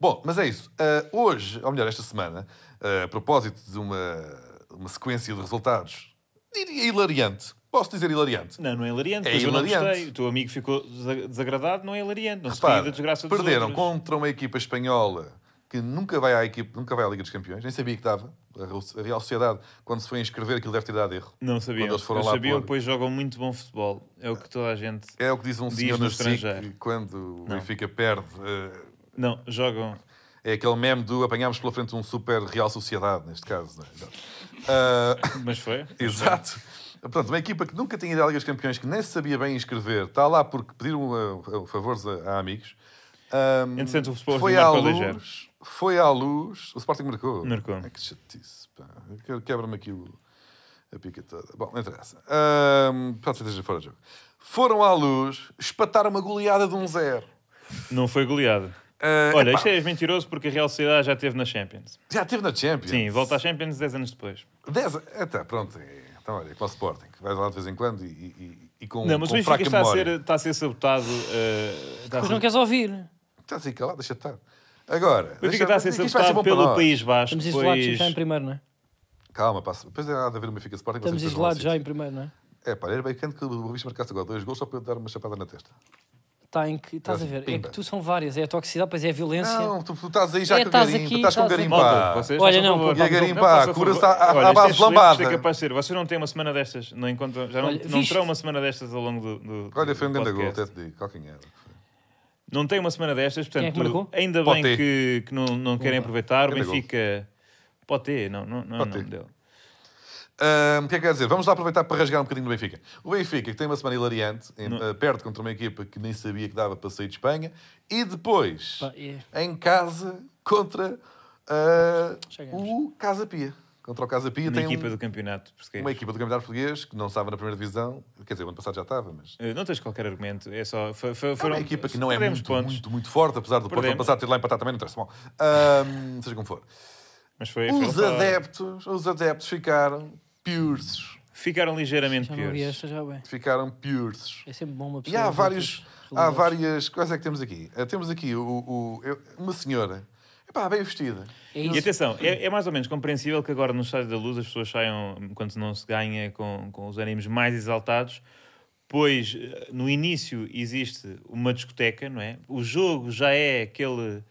Bom, mas é isso. Ah, hoje, ou melhor, esta semana, ah, a propósito de uma, uma sequência de resultados, diria hilariante. Posso dizer hilariante?
Não, não é hilariante.
É
pois eu não
hilariante.
gostei. O teu amigo ficou desa- desagradado, não é hilariante. Não se
Repara,
ria da desgraça dos
perderam
outros.
contra uma equipa espanhola que nunca vai, à equipe, nunca vai à Liga dos Campeões, nem sabia que dava. A Real- A Real Sociedade, quando se foi inscrever, aquilo deve ter dado erro.
Não sabiam.
Quando eles foram
não
lá
sabiam,
pôr.
pois jogam muito bom futebol. É o que toda a gente...
É o que diz um
Diz
senhor
no
no SIC,
estrangeiro.
que quando o Benfica perde. eh,
Não, jogam...
é aquele meme do apanhámos pela frente um super Real Sociedade, neste caso. Não é? Exato. Ah,
Mas foi?
Exato. Portanto, uma equipa que nunca tinha ido à Liga dos Campeões, que nem se sabia bem inscrever, está lá porque pediram uh, uh, favores a, a amigos. Ahm,
Entretanto, o Sporting
foi à
marcou
luz,
dois zeros.
foi à luz. O Sporting marcou.
Marcou.
É que chatice. pá. Que- Quebra-me aqui o- a pica toda. Bom, não interessa. Ahm, pode ser que esteja fora de jogo. Foram à luz, espataram uma goleada de um zero.
Não foi goleado.
Ah,
Olha,
epá,
isto é mentiroso porque a Real Sociedade já teve na Champions.
já esteve na Champions.
Sim, volta à Champions 10 anos depois.
10, até, pronto. é. Então, olha, com o Sporting. Vai lá de vez em quando e, e- e com,
Não, mas o
Um com
Benfica
fraca
está a,
memória.
ser, está a ser sabotado. eh, está a
Mas
ser-
não queres ouvir.
Estás aí calado, deixa estar. Agora,
o Benfica
deixa-
está a ser
isto vai bom
sabotado
para
pelo
nós.
País Basco.
Estamos isolados
Pois...
já em primeiro, não é?
Calma, passa. Depois é há de haver uma Benfica Sporting.
Estamos isolados já em primeiro, não é?
É pá, era bem canto que o Boa Vista marcasse agora dois gols só para eu dar uma chapada na testa.
Está em que. Estás a ver? É
Pimba.
que tu são várias. É a toxicidade, pois é a violência.
Não, tu, tu estás aí já
É,
com
estás
garimpo,
aqui,
estás com
estás
garimpo.
aqui.
pá.
Malta, vocês
Olha,
não são
não,
favor-
e a garimpa,
não façam
cura-se
favor.
à- à- à
Olha, isto
base
é
de
excelente,
lambada.
isto é capaz de ser. Vocês não têm uma semana destas, não encontram, já não,
Olha,
não
viste?
terão uma semana destas ao longo do. do
Olha,
do
foi um grande gol,
podcast.
até te digo. Calcanhar.
Não tem uma semana destas,
é que
portanto,
marcou?
ainda
Pode ter.
bem que, que não, não querem aproveitar. O
Grande gol.
Benfica. Pode ter, não, não, não, é o
Pode
nome
ter.
dele.
Ah, O que é que quer dizer? Vamos lá aproveitar para rasgar um bocadinho do Benfica. O Benfica, que tem uma semana hilariante, em- ah, perde contra uma equipa que nem sabia que dava para sair de Espanha, e depois,
Pá, é.
em casa, contra ah,
Chegamos.
o Casa Pia. Contra o Casa Pia
Uma
tem um-
equipa do campeonato português.
Uma equipa do Campeonato Português que não estava na primeira divisão, quer dizer, o ano passado já estava, mas.
Eh, Não tens qualquer argumento, é só. Foi, foi,
É
foram
uma equipa que não é
perdemos
muito, muito, muito forte, apesar do Porto ano
Perdemos.
passado ter lá empatado também, não interessa. Bom, ahm, seja como for.
mas foi, foram
Os
só-
adeptos, os adeptos ficaram piursos.
Ficaram ligeiramente
Já não vi
piores.
esta, já bem.
Ficaram piursos.
É sempre bom uma
E
pessoa.
há
ver
vários.
outros
Há
relevantes.
várias. Quais é que temos aqui? Ah, Temos aqui o, o- eu- uma senhora, epá, bem vestida.
É
E
isso.
atenção, é, é mais ou menos compreensível que agora no estádio da luz as pessoas saiam, quando não se ganha, com, com os ânimos mais exaltados, pois eh, no início existe uma discoteca, não é? O jogo já é aquele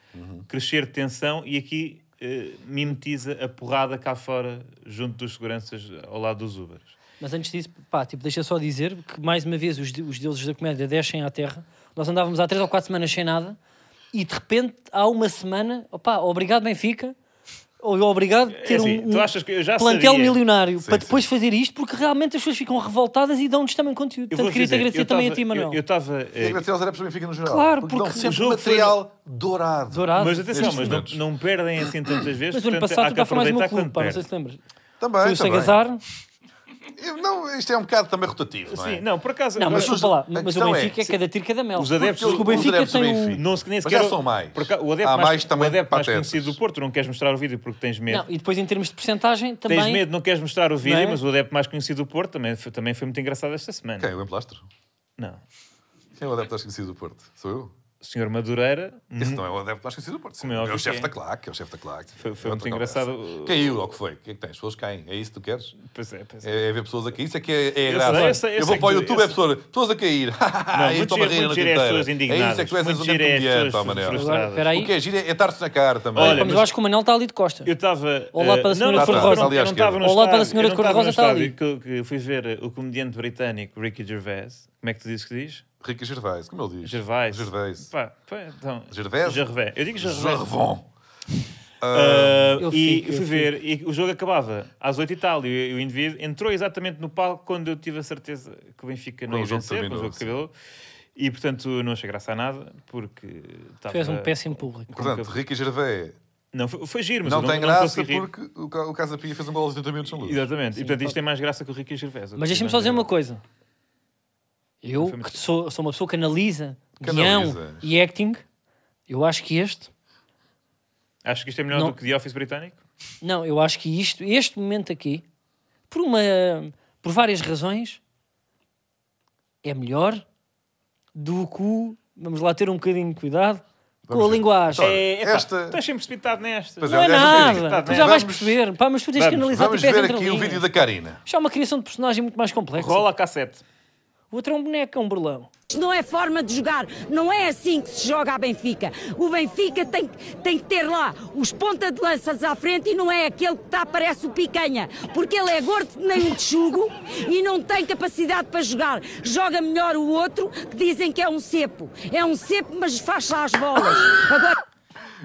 crescer de tensão e aqui eh, mimetiza a porrada cá fora, junto dos seguranças ao lado dos Ubers.
Mas antes disso, pá, tipo, deixa só dizer que mais uma vez os, de- os deuses da comédia descem à terra. Nós andávamos há três ou quatro semanas sem nada e de repente há uma semana, opá, obrigado Benfica, ou obrigado ter
assim,
um,
tu
um
achas que eu já
plantel
sabia.
milionário
Sim,
para
sim.
depois fazer isto, porque realmente as pessoas ficam revoltadas e dão-nos também conteúdo. Portanto,
Eu vou-vos
queria te
dizer,
agradecer
eu
também
tava- eh,
a ti, Manuel.
Eu estava.
E agradecer aos adeptos do Benfica no geral.
Claro,
dão
porque o
sempre
jogo É. foi-
material dourado.
Dourado.
Mas atenção,
Estes
mas não,
momentos.
não perdem assim tantas vezes.
Mas o ano
portanto, há
passado
que
tu cá foi mais
aproveitar
um clube,
quando
pá, não sei
perdem.
se te lembras. Foi
Ah, Também,
o
também.
Sagazar.
Eu- Não, isto é um bocado também rotativo, não é?
Sim, não, por acaso.
Não,
agora-
mas desculpa lá,
a
mas o
questão é-
Benfica é cada tiro, cada mel.
Os adeptos-
Porque o
Os
Benfica
adeptos do
tem
Benfica.
um...
Não se, nem
Mas
sequer
já
o-
são mais.
por aca- o adepto
Há
mais,
mais também
o adepto mais
patetas.
conhecido do Porto, não queres mostrar o vídeo porque tens medo.
Não, e depois em termos de percentagem também...
Tens medo, não queres mostrar o vídeo,
Não é?
mas o adepto mais conhecido do Porto também foi, também foi muito engraçado esta semana.
Quem? O Emplastro?
Não.
Quem é o adepto mais conhecido do Porto? Sou eu?
O senhor Madureira hum,
Esse não é o adepto mais conhecido do Porto. sim.
Uhum. Como é
É
óbvio
o
que
chefe
é.
da claque, é o chefe da claque.
Foi- foi
É
muito
outra conversa.
engraçado.
Caiu, ou o que foi? O que é que tens? Pessoas caem. É isso que tu queres?
Pois é, pois é.
É, é ver pessoas a cair? Isso é que é, é a
Eu
graça.
sei, eu sei, eu
vou
sei
para o
que-
YouTube,
eu
é pessoas, pessoas a cair. [LAUGHS] é
Não,
Não,
muito giro, muito giro é as pessoas
É isso é
indignadas.
que tu és
muito
um
giro é as
comediante,
pessoas
ó, Manel.
frustradas.
Agora, espera aí.
O que é giro é, é estar-se na cara também.
Olha,
Olha, mas eu acho que o Manel está ali de costa.
Eu estava.
Olá
eh,
para a senhora de
não, não,
cor-de-rosa.
não, Eu não estava no
Olá
estádio,
para a senhora
eu não
de cor-de-rosa,
estava
está
no
ali.
estádio, Que, que fui ver eh, o comediante britânico Ricky Gervais. Como é que tu dizes que diz?
Ricky Gervais, como ele diz?
Gervais.
Gervais.
Pá, pá, então,
Gervais?
Gervais. Eu digo Gervais.
Jarvon.
[LAUGHS] Ah,
Eu
e
fico, eu
fui ver, e o jogo acabava às 8 e tal, e o- e o indivíduo entrou exatamente no palco quando eu tive a certeza que o Benfica não
Quando
ia
o jogo
vencer, quando o
terminou,
jogo acabou, e portanto não achei graça a nada, porque estava...
Tu és um péssimo público.
Portanto, Ricky Gervais
Não, foi, foi giro, mas
não
eu
tem
não
graça
consegui rir.
porque o Ca- o Casa Pia fez um gol aos 80 minutos no luz.
Exatamente, e portanto isto tem mais graça que o Ricky Gervais.
Mas deixa-me só dizer uma coisa. Eu,
é. foi muito-
que sou, sou uma pessoa que analisa
Que
guião
analisas.
e acting, eu acho que este.
Acho que isto é melhor
Não.
do que The Office britânico.
Não, eu acho que isto, este momento aqui, por uma. por várias razões, é melhor do que o. Vamos lá ter um bocadinho de cuidado com
Vamos
a
ver.
linguagem.
Olha,
É, epá,
esta-
Estás sempre precipitado nesta.
Pois é,
Não é
aliás,
eu
nada,
tenho-
tu já vais
Vamos-
perceber. Pá, mas tu tens que
vamos-
analisar
Vamos
tipo
ver
essa
aqui o vídeo da Karina.
Já é uma criação de personagem muito mais complexa.
Rola a cassete.
O outro é um boneco, é um burlão.
Isto não é forma de jogar, não é assim que se joga a Benfica. O Benfica tem, tem que ter lá os ponta de lanças à frente e não é aquele que está, parece o picanha, porque ele é gordo que nem um tchugo e não tem capacidade para jogar. Joga melhor o outro, que dizem que é um cepo. É um cepo, mas faz lá as bolas. Agora...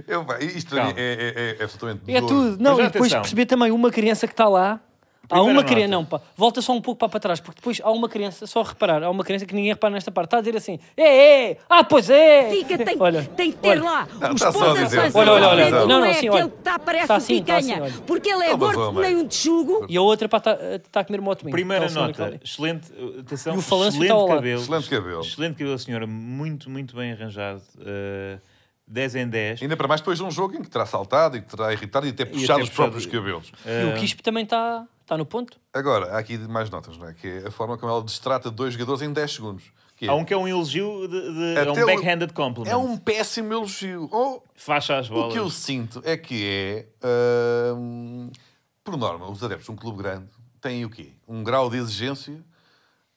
Eu, pá, isto para mim
Calma.
é, é- é- é absolutamente
É
dor.
tudo. Não,
Mas
e depois
atenção.
perceber também uma criança que está lá. Há
Primeira
uma criança,
nota.
não, pá, volta só um pouco para, para trás, porque depois há uma criança, só reparar, há uma criança que ninguém repara nesta parte, está a dizer assim: é, é, ah, pois é!
Benfica tem,
Olha,
tem que ter
olha.
lá
Não,
os
tá só a
pontas de
dizer.
lanças
Olha, olha,
à
olha.
frente e
Não,
não
não,
é
sim,
aquele
olha.
que está, parece
Tá
o
assim, tá assim,
picanha,
olha.
porque ele é
Não, mas,
gordo
oh,
que nem
mãe.
um tchugo.
E a outra pá, está está a comer uma otominha.
Primeira
Está o senhor
nota,
ali.
excelente, uh, atenção,
E o falâncio
excelente
está ao lado.
cabelo.
Excelente cabelo.
Excelente cabelo, senhora, muito, muito bem arranjado. Uh, 10 em 10.
Ainda para mais depois de um jogo em que terá saltado e que terá irritado e até puxado
até
os
puxado-
próprios cabelos.
eh,
E o Quispe também está está no ponto.
Agora, há aqui mais notas, não é? Que é a forma como ela destrata dois jogadores em 10 segundos. Que é,
Há um que é um elogio, de, de- é
Até
um
o-
backhanded compliment.
é um péssimo elogio. Oh, Ou
Faixa às
o
bolas.
que eu sinto é que é. hum, por norma, os adeptos de um clube grande têm o quê? Um grau de exigência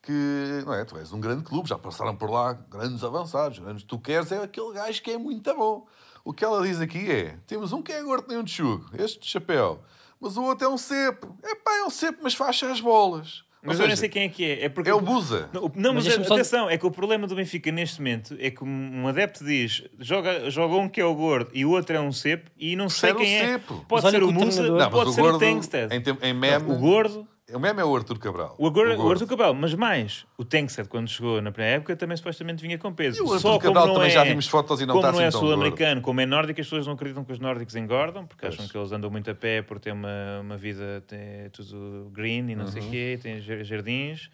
que. Não é? Tu és um grande clube, já passaram por lá grandes avançados. Grandes, tu queres é aquele gajo que é muito bom. O que ela diz aqui é: temos um que é gordo nem um tchugo, este de chapéu. Mas o outro é um cepo. É pá, é um cepo, mas faixa as bolas. Ou
Mas eu não
seja,
sei quem é que é. É, porque
É o Busa.
Não, o- não,
Mas
mas,
deixa-me só-
atenção, é que o problema do Benfica neste momento é que um um adepto diz joga, joga um que é o gordo e o outro é um cepo e não sei
Ser um
quem é.
cepo.
Pode
Mas olha
ser
que
o
o
Musa,
treinador-
Não, mas
pode
o
ser
gordo,
o Tankstead.
Em, tem- em meme,
O gordo,
o meme é o Arthur Cabral.
o, agora, o
gordo.
Arthur Cabral, mas mais, o Tankstead quando chegou na primeira época também supostamente vinha com peso.
E o Arthur
Só como
Cabral
não
também
é-
já vimos fotos e não
Como
está
não
assim
é
tão
sul-americano, como é nórdico, as pessoas não acreditam que os nórdicos engordam, porque acham que eles andam muito a pé por ter uma, uma vida tem, tudo green e não sei o
Uhum.
quê, tem jar- jardins.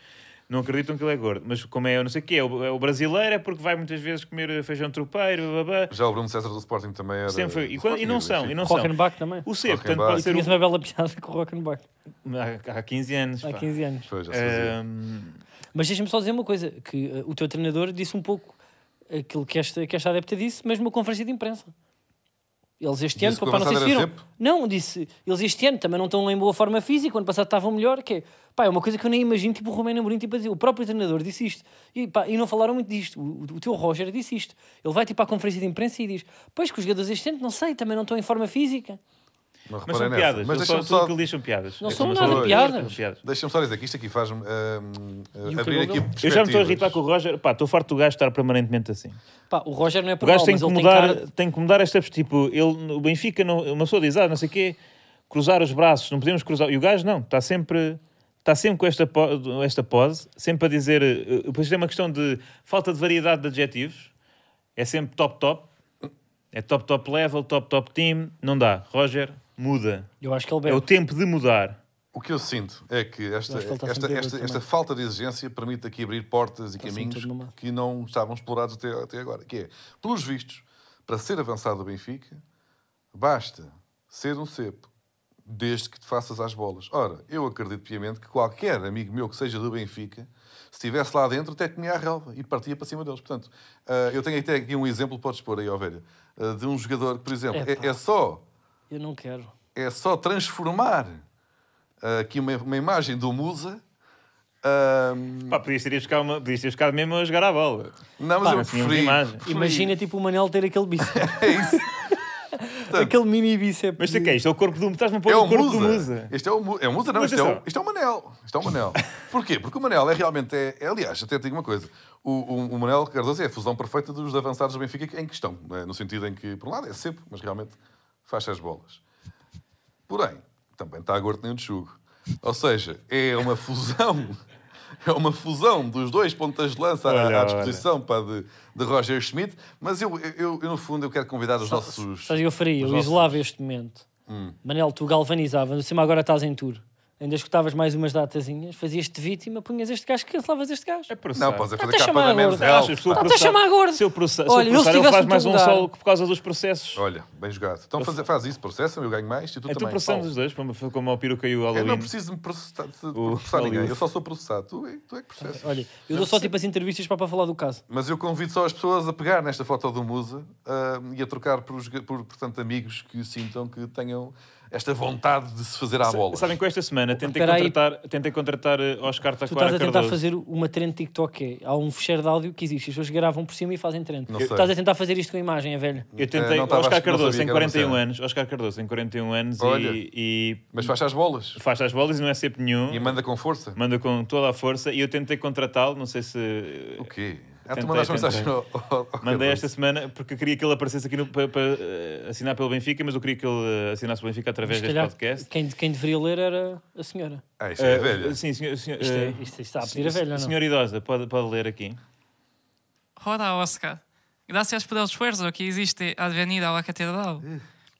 Não acreditam que ele é gordo. Mas como é, eu não sei o quê, é o, é o brasileiro é porque vai muitas vezes comer feijão tropeiro, babá.
Já o Bruno César do Sporting também era.
Sempre foi. E, quando- e não são, e não são.
Rockenbach também.
O C, portanto,
Rockenbach.
pode ser um
Tinhas
o...
uma bela piada com o Rockenbach
Há, há 15 anos.
há
pá.
15 anos.
Foi, já se
eh,
fazia.
Ahm,
Mas deixa-me só dizer uma coisa: que eh, o teu treinador disse um pouco aquilo que esta, que esta adepta disse, mesmo numa conferência de imprensa. Eles este
Disse
ano,
que o
papá, não sei se
avançado era
viram. Não, disse, eles este ano também não estão em boa forma física, o ano passado estavam melhor, que é, pá, é uma coisa que eu nem imagino, tipo o Romano Amorim, tipo a dizer, o próprio treinador disse isto, e, pá, e não falaram muito disto, o, o teu Roger disse isto, ele vai tipo à conferência de imprensa e diz, pois que os jogadores este ano, não sei, também não estão em forma física.
Não reparei
mas são
nessa.
piadas.
Mas
Mas só,
deixa-me
tudo
só,
o que ele diz são piadas.
Não
É
são
como
nada
só-
piadas.
piadas.
deixa-me só dizer que isto aqui faz-me hum,
o
abrir
cabelo?
aqui.
Eu já me estou a
perspectivas.
irritar com o Roger. Pá, estou farto do gajo estar permanentemente assim.
Pá, o Roger não é
O
para
gajo tem
mas
que
ele
mudar,
tem
tem,
cara...
que mudar estas, tipo, ele, o Benfica, não, uma pessoa diz, ah, não sei o quê, cruzar os braços, não podemos cruzar. E o gajo não, está sempre, está sempre com esta, po- esta pose, sempre a dizer, eh, depois tem uma questão de falta de variedade de adjetivos, é sempre top, top, é top, top level, top, top team, não dá. Roger, muda.
Eu acho que ele
É o
bebe.
tempo de mudar.
O que eu sinto é que esta,
acho que ele está
esta,
sempre
esta,
bêbado
esta
também.
falta de exigência permite aqui abrir portas e
sempre
caminhos
todo mamado.
que não estavam explorados até, até agora. Que é, pelos vistos, para ser avançado do Benfica, basta ser um cepo, desde que te faças às bolas. Ora, eu acredito piamente que qualquer amigo meu que seja do Benfica, se estivesse lá dentro, até comia a relva e partia para cima deles. Portanto, ah, eu tenho até aqui um exemplo, podes pôr aí, ovelha, ah, de um jogador que, por exemplo, é-
Epá.
é só
Eu não quero.
é só transformar ah, aqui uma, uma imagem do Musa. ah,
Pá, podias ter ido buscar, uma, podias ter buscado mesmo a jogar à bola.
não, mas
Pá,
eu
não tínhamos
preferi.
imagem.
preferi-
Imagina tipo o Manel ter aquele bíceps,
[LAUGHS] É isso.
aquele mini bíceps.
Mas isto é que é isto? É o corpo do... Estás-me a pôr
É
o
o
corpo
Musa.
do Musa.
Este é o Musa. É o Musa, não.
Mas
Este é o,
atenção.
este é o Manel. Este é o
[LAUGHS]
Manel. Porquê? Porque o Manel é realmente. É, é, aliás, até digo uma coisa. O, o, o Manel Cardoso é a fusão perfeita dos avançados do Benfica em questão. né? No sentido em que, por um lado, é sempre, mas realmente faz as bolas. Porém, também está gordo nem um chugo. Ou seja, é uma fusão. [LAUGHS] É uma fusão dos dois pontas de lança à-
Olha,
à
olha.
disposição pá, de, de Roger Schmidt, mas eu, eu, eu, no fundo, eu quero convidar os nossos.
Sabes o que eu faria? Eu
nossos- Hum.
isolava este momento. Manel, tu galvanizavas. Acima assim, agora estás em tour. ainda escutavas mais umas datazinhas, fazias-te vítima, punhas este gajo, cancelavas este gajo.
É processar.
Não, podes é
Está-te
fazer
a chamar
capa da menos
agora.
Achas, se eu
Está-te Então a
processar-
chamar agora.
Se eu processar,
Olha,
se
eu
eu processar,
se
ele
tivesse
faz
um
mais um
lugar-
solo por causa dos processos.
Tá. Olha, bem jogado. Então faz, faz isso, processa-me, eu ganho mais e tu
É tu
também.
processamos os dois, como, como ao peruca e o
Eu
Halloween.
não preciso de me processar, de processar
Hollywood.
ninguém. Eu só sou processado. Tu, é- tu é que processas.
Olha, eu dou só tipo as entrevistas para, para falar do caso.
Mas eu convido só as pessoas a pegar nesta foto do Musa ah, e a trocar por, os- por, portanto, amigos que sintam que tenham esta vontade de se fazer à bola.
Sabem que eu esta semana tentei
Espera aí.
contratar, tentei contratar eh, Oscar
Tu estás
Taquara
a tentar
Cardoso.
fazer uma trend TikTok. é, Há um fecheiro de áudio que existe. As pessoas gravam por cima e fazem trend.
Não
Tu
sei.
Estás a tentar fazer isto com a imagem, é velho.
Eu tentei
Eh, não estava-
Oscar
não
Cardoso
sabia
tem
que era uma
41
cena.
anos. Oscar Cardoso tem 41 anos e-
Olha.
e,
Mas faz as bolas
faz as bolas e não é sempre nenhum.
e manda com força.
Manda com toda a força e eu tentei contratá-lo, não sei se eh,
O quê? Ah,
Tentei,
tu mandaste
tentei.
mensagem ao, ao, ao
Mandei
Cardoso.
esta semana porque eu queria que ele aparecesse aqui no- para, para, eh, assinar pelo Benfica, mas eu queria que ele eh, assinasse pelo Benfica através
Se
deste
calhar,
podcast.
quem, quem deveria ler era a senhora.
Ah, isto é
Eh,
velha.
Sim, senhor. senhor
Isto, é,
eh,
isto está a pedir a velha, não?
Senhora idosa, pode, pode ler aquí.
Roda, Oscar. Graças por el esfuerzo que existe a venida à catedral.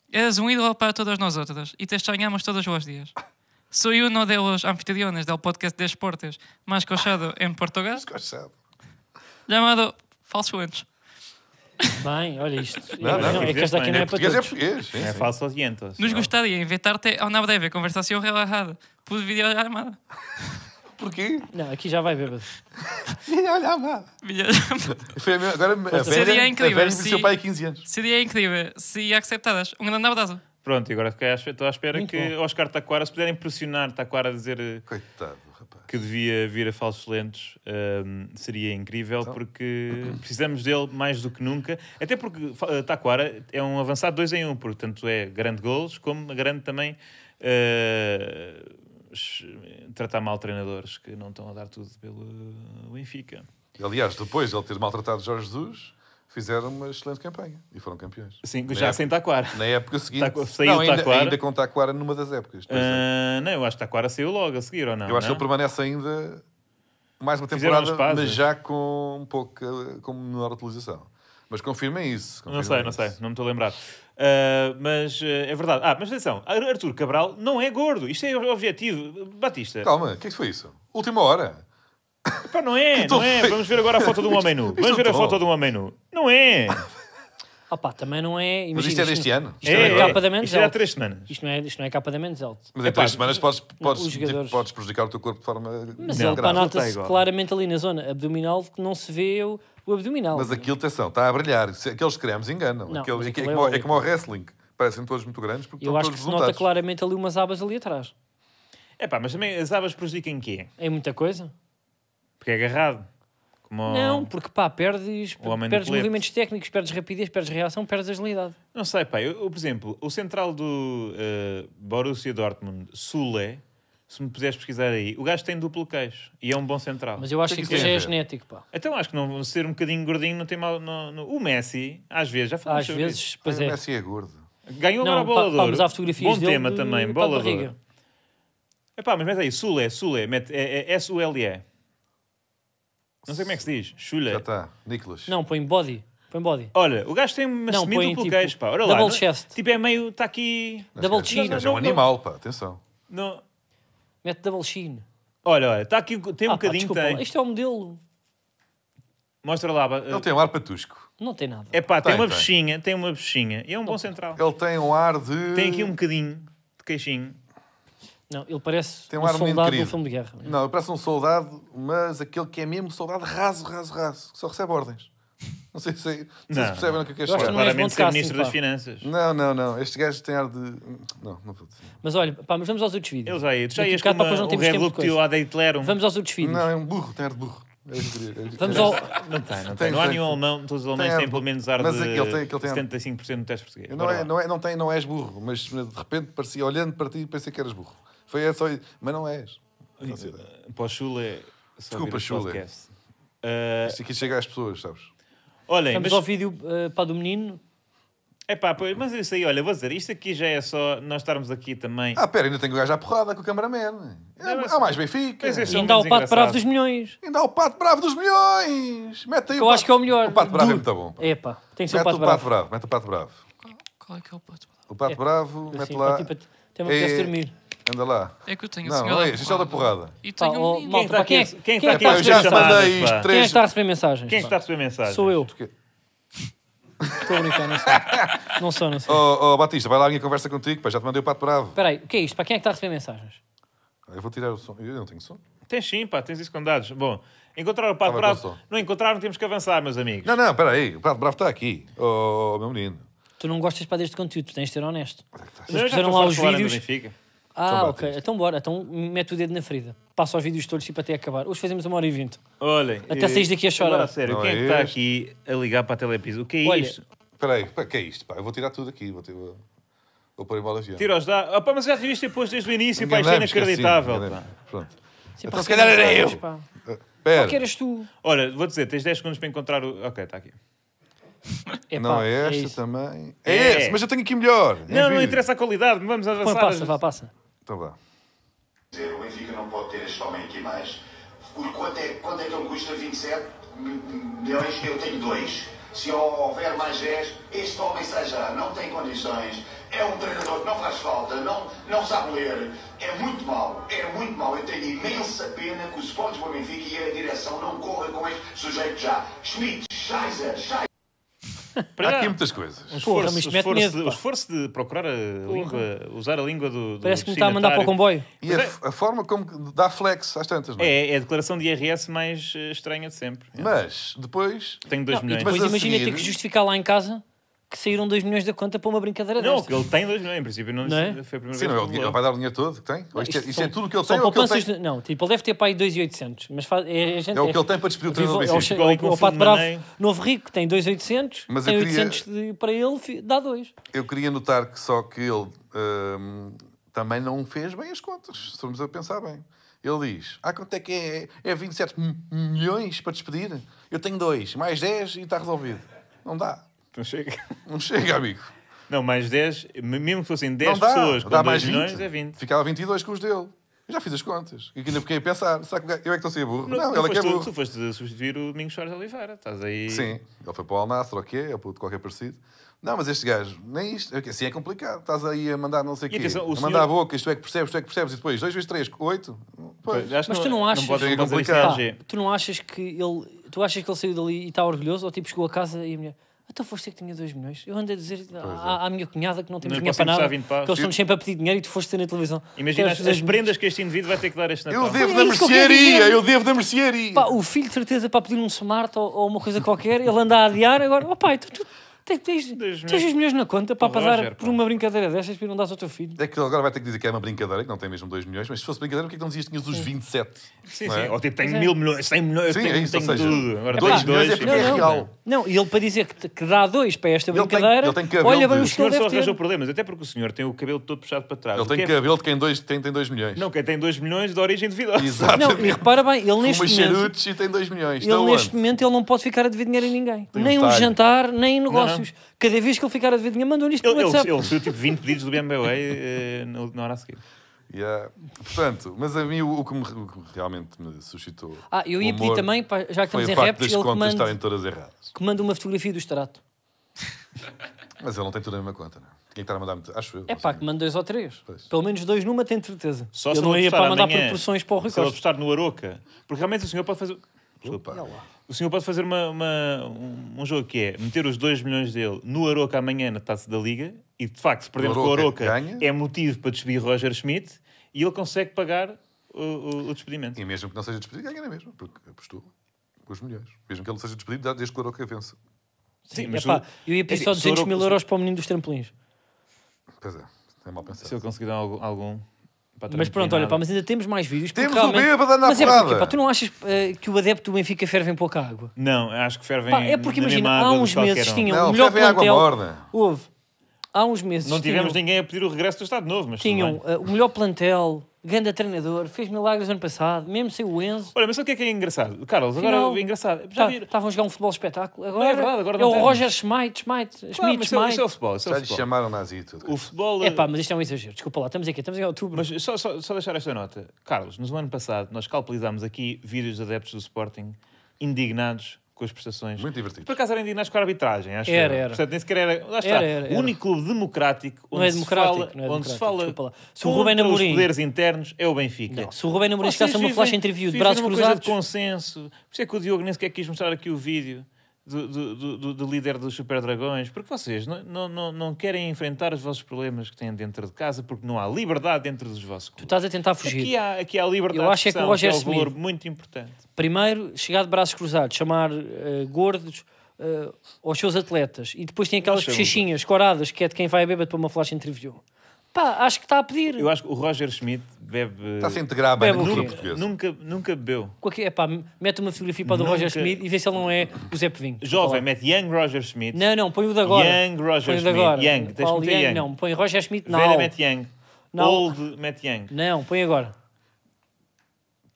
Eres um ídolo para todos nós outros e te extrañamos todos os dias. um Soy uno de los anfitriones del podcast de esportes más cochado en Portugal,
Cochado.
llamado Falso Ancho.
Bem, olha isto.
Não, não,
é que
fizeste
esta aqui
bem.
não
É
é para
Português é
todos.
português. sim,
É
sim.
falso adientos.
Nos gostaria invitarte a uma breve conversação relajada por videollamada.
Porquê?
Não, aqui já vai bêbado.
Olha, amado.
videollamada.
Foi a minha- agora a
Seria
velha,
é
a
incrível
velha
se-
seu pai há 15 anos.
Seria incrível se aceitaras. Um grande abraço.
Pronto, e agora fiquei à espe- estou à espera
Muito
que Oscar Taquara, se puderem pressionar Taquara a dizer eh,
Coitado, rapaz.
que devia vir a falsos lentos, ehm, seria incrível, porque precisamos dele mais do que nunca. Até porque fa- eh, Taquara é um avançado 2 em 1, um, portanto é grande golos, como grande também eh, ch- tratar mal treinadores que não estão a dar tudo pelo Benfica.
Aliás, depois de ele ter maltratado Jorge Jesus, fizeram uma excelente campanha e foram campeões.
Sim,
Na
já
época-
sem Taquara.
Na época seguinte.
Taco- Tá saiu
não, ainda,
Taquara.
ainda com Taquara numa das épocas. Pois é.
Ah, não, eu acho que Taquara saiu logo a seguir, ou não?
Eu acho que
Ah, não?
ele
é?
permanece ainda mais uma
Fizeram
temporada,
as pazes.
mas já com um pouco com menor utilização. Mas confirmem isso.
Não
confirmem
sei, não
isso.
sei, não me estou a lembrar. Ah, mas ah, é verdade. Ah, mas atenção, Ar- Arthur Cabral não é gordo. Isto é o objetivo. Batista,
Calma, o que é que foi isso? Última hora.
pá, não é, não é.
feio.
Vamos ver agora a foto de um homem nu.
[LAUGHS] Isto
Vamos ver a
não.
foto de um homem nu. Não é.
Ah pá, também não é.
Mas
imagina,
isto é deste ano.
Isto não
É,
é,
é.
capa da menos
Isto era há
alto.
três semanas.
Isto não é, isto não é capa da menos alto.
Mas em
Epá,
três semanas podes, podes,
os jogadores-
podes prejudicar o teu corpo de forma
Mas
não,
ele pá,
grave.
panata-
nota-se
igual.
claramente ali na zona abdominal que não se vê o, o abdominal.
Mas aquilo, atenção, está a brilhar. Se- Aqueles cremes enganam.
Não,
Aquele-
mas
é, que- é
aquilo é
como, é
óleo.
como ao wrestling. Parecem todos muito grandes porque
Eu
estão
acho que
todos
se nota
voluntários.
claramente ali umas abas ali atrás.
É pá, mas também as abas prejudicam quê?
É muita coisa?
Porque é agarrado. Como ao-
Não, porque pá, perdes,
Oh. O homem do
perdes
colete.
movimentos técnicos, perdes rapidez, perdes reação, perdes agilidade.
Não sei, pá. Eu, eu, por exemplo, o central do ah, Borussia Dortmund, Sule, se me puderes pesquisar aí, o gajo tem duplo queixo e é um bom central.
Mas eu acho
que
que
isso
isso já
tem a
é
ver?
genético, pá.
Então acho que não ser um bocadinho gordinho não tem mal. não- não- O Messi, às vezes, já falamos
Às
sobre
vezes,
Ai,
pois
o
é.
Messi é gordo.
isso. Ganhou
Não,
agora a
pá,
bola de
pá,
ouro.
mas há fotografias
Bom
dele
tema
de-
também,
pá, de
bola de
barriga.
ouro. Epá, mas mete aí, Sule, Sule, mete é, é, S-U-L-E. Não sei como é que se diz.
Já tá.
Chule.
está. Nicolas.
Não, põe body. Põe body.
Olha, o gajo tem uma
Não, põe,
semi-duplo
tipo,
queixo, pá. Olha lá.
double
não-
chest.
Tipo, é meio. Está aqui.
Double
Este gajo
chin.
É um
Não, não,
animal, pá. Atenção.
Não...
Mete double chin.
Olha, olha, está aqui. Tem um
Ah, pá,
bocadinho que
desculpa,
tem.
Isto é o modelo.
Mostra lá.
Ele tem um ar patusco.
Não tem nada.
É pá, tem,
Tem,
uma
tem.
bexinha, tem uma bexinha. E é um bom central.
Ele tem um ar de.
Tem aqui um bocadinho de queixinho.
Não, ele parece
Tem um
um,
ar muito
soldado de um
querido.
filme de guerra.
Não, ele parece um soldado, mas aquele que é mesmo soldado raso, raso, raso, que só recebe ordens. Não sei se, não sei se
Não.
percebem o que eu quero
Eu acho que
falar.
não é. és bom
Claramente
de
ser
casting,
ministro
pá.
das Finanças.
Não, não, não. Este gajo tem ar de. Não, não vou dizer.
Mas olha, pá, mas vamos aos outros vídeos.
Eles aí, tu já
Daqui a
ias com
bocado, pá,
uma,
depois não
um
temos
Red
tempo de
Bull que
coisa.
teu ad Hitlerum.
Vamos aos outros vídeos.
Não, é um burro, tem ar de burro. É isso que eu queria- é isso que eu
Vamos
queria
ao-
dizer.
Não tem, não tem.
Tem,
Não há
tem.
nenhum alemão, todos os alemães
Tem,
têm pelo menos ar
mas
de
aquele tem- aquele tem ar-
75% do teste português.
Não,
Bora
é,
lá.
não, é, não, tem, não és burro, mas de repente parecia, olhando para ti, pensei que eras burro. Foi essa, mas não és. Não sei.
Ah, Para o Chule, só
Desculpa,
ouvir este
Chule.
podcast. Ah,
Isto aqui chega às pessoas, sabes?
olhem,
Vamos
mas,
ao vídeo eh, pá, do menino.
epá, pois- mas isso aí, olha, vou dizer, isto aqui já é só nós estarmos aqui também.
Ah, pera, ainda tem o gajo à porrada com o cameraman. É,
Não, mas-
há mais Benfica.
Mas esse é o
Ainda há o
menos
pato bravo
engraçado.
dos milhões.
Ainda há o Pato Bravo dos milhões! Mete aí
Que eu acho que é o melhor.
O Pato Bravo é
Do-
muito bom. pá.
É pá, tem que ser
mete
o pato
o Pato
bravo.
Bravo, mete o Pato Bravo.
Qual- Qual é que é o ponto?
O Pato
É.
Bravo, mete
Assim,
lá.
pá, tipo, até me apetece
É-
dormir.
Anda lá.
É que eu tenho
Não,
o senhor
não é,
da
isto é o da porrada.
E
Pá,
tenho
ó, mal-
um menino.
Quem está aqui,
Quem é-
quem é que
quem é
está aqui
que
a
está-
receber
Eu já mandei
chamadas?
isto,
pá?
três-
Quem é que está a receber mensagens?
Quem é que está a receber mensagens?
Sou eu.
Porque-
Estou a brincar,
[LAUGHS]
não sei. Não sou, não sei.
Oh, oh, Batista, vai lá a minha conversa contigo, pá, já te mandei o pato bravo.
Espera aí, o que é isto? Para quem é que está a receber mensagens?
Eu vou tirar o som. Eu não tenho som.
Tens sim, pá, tens isso com dados. Bom, encontrar o Pato
Tava com
Bravo.
som.
Não encontraram, temos que avançar, meus amigos.
Não, não, espera aí. O pato bravo está aqui. Oh, meu menino.
Tu não gostas para deste conteúdo, tu tens de ser honesto.
é
Não,
Eles
eu já
puseram
estou
lá
farto
os
de falar ainda
vídeos.
do Benfica.
Ah,
Então,
ok. Então bora, então mete o dedo na ferida. Passa os vídeos todos tipo até acabar. Hoje fazemos uma hora e vinte.
Olhem.
Até
eh,
saís daqui a chorar.
agora a sério,
Não
quem é
é
que está
este?
aqui a ligar para a Telepisa? O que é
Olha,
isto?
Espera aí, pá, que é isto? Pá? Eu vou tirar tudo aqui. Vou, ter, vou, vou pôr em bola avião.
Tira os dados. Ah, pá, mas já vi isto depois desde o início, pá, isto é
Enganamos,
inacreditável.
esqueci-me,
Pá.
enganamos. Pronto.
Sim,
então
pá,
se calhar era eu. Eh,
mensagens, pá.
Espera.
Que eras tu?
Olha, vou dizer, tens 10 segundos para encontrar o. Ok, está aqui.
É,
Não
pá,
é esta
isso.
também. É,
É.
esse, mas eu tenho aqui melhor. Em
Não, não
vídeo.
interessa a qualidade, vamos
Põe,
avançar.
passa, vá, passa.
Então vá.
dizer, o Benfica não pode ter este homem aqui mais. Por quanto é, quanto é que ele custa? 27 mi- milhões? Eu tenho dois. Se houver mais 10, este homem sai já, não tem condições. É um treinador que não faz falta, não, não sabe ler. É muito mau, é muito mau. Eu tenho imensa pena que o Sporting do Benfica e a direção não corra com este sujeito já. Schmidt, Scheiser, Scheiser.
Para
Há
já,
aqui muitas coisas.
o
Porra,
esforço,
mas isto
o
mete
esforço-
medo,
o
pá.
esforço de procurar a língua, usar a língua do. do
Parece que me está a mandar para o
destinatário.
comboio.
E a, f- a forma como que dá flex às tantas, não é?
É, é a declaração de IRS mais eh, estranha de sempre.
Mas depois.
Tenho 2
Não, e
milhões.
depois
Mas assim, a
imagina ter
seguir-
que justificar lá em casa que saíram 2 milhões da conta para uma brincadeira
Não,
desta.
que ele tem 2 milhões, em princípio. Não,
Não é?
Foi a primeira
Sim,
vez
não, é
que
o dinheiro-
falou.
ele vai dar o dinheiro todo que tem? Ou Isto, é- isto é
são-
tudo o que ele
são
tem. ou o que ele
poupanças
tem-
de- Não, tipo, ele deve ter para aí 2,800. Mas faz- é, a gente-
É o que ele tem para despedir o treinador do
Vivo- é o
Benfica.
che-
Igual aí
é
com
o,
o
é o Pato
Fundo
Bravo,
Maneiro.
novo rico, tem 2,800.
Mas
tem
eu queria-
800 de- para ele, fi- dá 2.
Eu queria notar que só que ele hum, também não fez bem as contas, se formos a pensar bem. Ele diz: Ah, quanto é que é? É 27 mi- milhões para despedir? Eu tenho dois, mais 10 e está resolvido. Não dá.
Não chega.
Não chega, amigo.
Não, mais 10, mesmo que fossem
Não
10
dá.
pessoas com
dá
2
mais
milhões,
20.
é 20.
Ficava 22 com os dele. Eu já fiz as contas. E ainda fiquei a pensar: será que eu é que estou a ser burro?
Não,
Não,
tu,
ele é que
foste,
é burro.
tu foste substituir o Domingos Soares de Oliveira. Estás aí.
Sim, ele foi para o Alnastra, ok, ou para qualquer parecido. Não, mas este gajo, nem isto, ok, assim é complicado. Estás aí a mandar não sei o
E
quê,
atenção, o
a
senhor-
mandar a boca, isto é que percebes, isto é que percebes, e depois 2 vezes 3, 8. Pois.
Acho que
Mas tu não achas-
Não podes
Fica
não podes dizer isto
é complicado.
em AG.
tu não achas que ele. Tu achas que ele saiu dali e está orgulhoso? Ou tipo, chegou a casa e a mulher. Então foste você que tinha 2 milhões. Eu andei a dizer à, à minha cunhada que não temos
é. Não
dinheiro para
conseguimos dar
nada.
20
Que
paus.
eles estão sempre a pedir dinheiro e tu foste ter na televisão.
Imagina as,
Tens
as
2 milhões.
prendas que este indivíduo vai ter que tá. dar este Natal.
Eu devo da
É isso que eu queria
mercearia,
dizer.
eu devo da mercearia.
Pá, o filho de certeza para pedir um smart ou, ou uma coisa qualquer, ele anda a adiar agora. Oh pai, tu, tu tens, tens,
Dois Oh,
tens dois milhões na conta para
Roger,
pagar por
pá.
uma brincadeira destas para não dar ao teu filho.
É que ele agora vai ter que dizer que é uma brincadeira, que não tem mesmo 2 milhões, mas se fosse brincadeira, porquê que não dizias que tinhas os 27?
Sim,
Não
sim.
é?
Ou tipo, tenho mil milhões, 100 milhões,
Sim,
tenho,
é isso, ou
tenho
seja,
tudo. Agora
dois
dois,
milhões é
dois.
porque é real.
Não, e ele para dizer que, que dá dois para esta
Ele tem-
brincadeira,
ele tem um cabelo
olha bem
de-
os
O
que ele
senhor só
deve ter.
arranjou problemas, até porque o senhor tem o cabelo todo puxado para trás.
Ele
O que
tem
é-
cabelo de quem dois, tem, tem 2 milhões.
Não, quem tem 2 milhões de origem de vida.
Exatamente.
Não, e repara bem, ele
Fuma
neste momento,
charutos e tem 2 milhões.
ele,
Está
neste
onde?
momento ele não pode ficar a dever dinheiro a ninguém.
Tem um
nem um
talho.
jantar, nem negócios. Cada vez que ele ficar a dever dinheiro, mandou-lhe isto
Ele,
pelo
ele,
WhatsApp.
ele recebeu tipo 20 pedidos do BMBA eh, na na hora a seguir.
Yeah. Portanto, mas a mim o, o que me- o que realmente me suscitou.
Ah, eu ia
o
pedir
humor
também, pá, já que
foi
estamos
o
em
facto
reps,
das
ele que
contas
manda,
estarem todas erradas.
que manda uma fotografia do extrato.
Mas ele não tem tudo na mesma conta, não é? Tinha que estar a mandar muito. Acho eu.
É
não
pá,
sei.
que manda dois ou três.
Pois.
Pelo menos dois numa, tenho certeza.
Só
ele
se
não
ele
ia
apostar
para mandar
amanhã,
proporções para o Rui
Se ele
Costa.
apostar no Aroca. Porque realmente o senhor pode fazer. Desculpa. O senhor pode fazer uma, uma- um um jogo que é meter os 2 milhões dele no Aroca amanhã na taça da Liga e de facto, se perdermos
No
com o
Aroca
Aroca,
ganha.
é motivo para despedir Roger Schmidt e ele consegue pagar o, o- o despedimento.
E mesmo que não seja despedido, ganha na mesma, porque apostou com os milhões. Mesmo que ele seja despedido, dá- desde que o Aroca vença.
Sim,
mas
epá,
o-
eu ia pedir
é
só
assim, se o
200 mil
Aroca-
euros para o menino dos trampolins.
Pois é, é mal
Se
pensado.
ele conseguir dar algum. algum para
Mas pronto, olha, pá, mas ainda temos mais vídeos. porque
Temos o
realmente-
bêbado a andar
Mas é
porrada.
porque, pá, tu não achas eh, que o adepto do Benfica ferve em pouca água?
Não, acho que fervem.
Pá, é porque
na
imagina,
mesma
há
água de
uns
qualquer
meses
um.
tinham
Não,
o melhor
ferve em água
plantel.
morna.
Houve. Há uns meses
Não
tinham,
tivemos ninguém a pedir o regresso do Estado Novo, mas. tudo
tinham
bem.
eh, o melhor plantel, grande treinador, fez milagres ano passado, mesmo sem o Enzo.
Olha, mas sabe o que é que é engraçado? Carlos, agora
Afinal,
é engraçado. Já
tá-
viram?
Estavam a jogar um futebol espetáculo. Agora
Não é verdade, agora
é
não
o
temos.
Roger Schmidt, Schmidt,
Claro,
Schmidt,
mas isso é- isso é o
Schmidt.
futebol. isso é o
Já lhe
futebol.
chamaram nazi e tudo.
O futebol.
É pá, mas isto é um exagero. Desculpa lá, estamos aqui, estamos em outubro.
Mas só, só- só deixar esta nota. Carlos, no ano passado nós calculizámos aqui vídeos de adeptos do Sporting indignados com as prestações.
Muito divertido.
Por acaso era indignados com a arbitragem, acho
Era,
eu.
era.
Portanto, nem sequer era. Lá está,
Era, era,
o único clube democrático onde
Não é
se
democrático,
fala,
não é
onde se
democrático,
fala
desculpa lá. Se o
contra
Rubén Amorim-
os poderes internos é o Benfica.
Não, se o Rubén Amorim
Vocês
chegasse a é uma
vivem-
flash interview de
vivem
braços
numa coisa
cruzados,
de consenso. Por isso é que o Diogo nem sequer quis mostrar aqui o vídeo do, do- do- do- do líder dos Super Dragões, porque vocês não, não, não, não querem enfrentar os vossos problemas que têm dentro de casa, porque não há liberdade dentro dos vossos
tu
clubes.
estás a tentar fugir.
Aqui há, aqui há a liberdade
Eu acho
de
é que o
expressão,
Roger
é um valor
Smith-
muito importante.
Primeiro, chegar de braços cruzados, chamar eh, gordos eh, aos seus atletas e depois tem aquelas
Não chamam.
bochechinhas coradas que é de quem vai a bêbado para uma flash interview. Pá, acho que está a pedir.
Eu acho que o Roger Schmidt bebe...
Está a se integrar bem na
Bebe o
cultura
quê?
portuguesa.
Nunca, nunca bebeu.
Com aqui- epá, mete uma fotografia para o do
Nunca-
Roger Smith e vê se ele não é o Zé Pevinho.
Jovem, mete Young Roger Schmidt.
Não, não, põe o de agora.
Young Roger
põe o de
Smith.
agora.
Young, tens que
Qual
meter
Young?
Young.
Não, põe Roger Smith
Velha
não.
mete Young.
Não.
Old mete Young. É
Não, põe agora.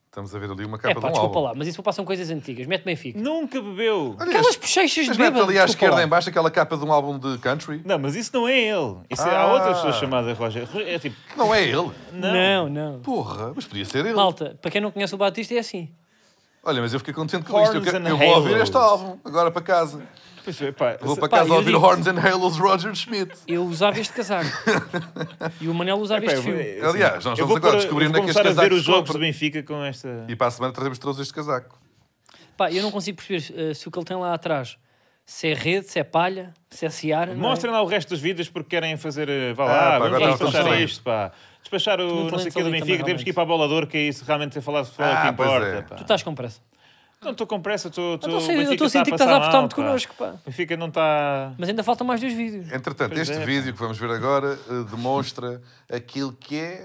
Estamos a ver ali uma
É
capa
pá,
de um
desculpa
álbum.
lá, mas isso para são coisas antigas. Mete Benfica.
Nunca bebeu.
Aquelas bochechas de
Mas mete
bêbado.
ali à
desculpa
esquerda
lá.
em baixo aquela capa de um álbum de country.
Não, mas isso não é ele. Isso é, há
Ah.
outra pessoa chamada Roger. É tipo,
Não é ele.
não.
Não, não.
Porra, mas podia ser ele.
Malta, para quem não conhece o Batista é assim.
Olha, mas eu fiquei contente com
Horns
isto. Eu, quero-
and
eu vou ouvir
Halos.
este álbum agora para casa.
Pois é, pá,
Vou para
Pá,
casa
eu
ouvir
digo-
Horns and Halos Roger Schmidt.
Eu usava este
[LAUGHS]
casaco. e o Manel usava
pá,
este
eu vou-
fio.
é assim,
Aliás, nós
eu
vamos
vou
agora
pôr a-
descobrir
eu
onde é
vou
que este
começar a ver
casaco
os
se
jogos
compra.
do Benfica com esta...
E para a semana trazemos todos este casaco.
Pá, eu não consigo perceber eh, se o que ele tem lá atrás se é rede, se é palha, se é seara. não é?
Mostrem lá o resto dos vídeos porque querem fazer... eh, Vá
Ah,
lá,
pá,
vamos
agora
lá
estava tão
despachar
estranho.
isto, pá. Despachar o
Muito
não sei o que
lento
do
ali
Benfica,
também,
temos que ir para a bolador, que é isso realmente a falar de futebol
Ah,
que
pois
importa,
é.
pá.
Tu tá- Então, estás com pressa.
Não estou com pressa,
Eu
estou...
não sei,
o
eu
Benfica
estou a sentir que
passar
estás a apertar
mal,
muito connosco, pá.
O Benfica não está...
Mas ainda faltam mais dois vídeos.
Entretanto, este
é,
vídeo que vamos ver agora eh, demonstra aquilo que é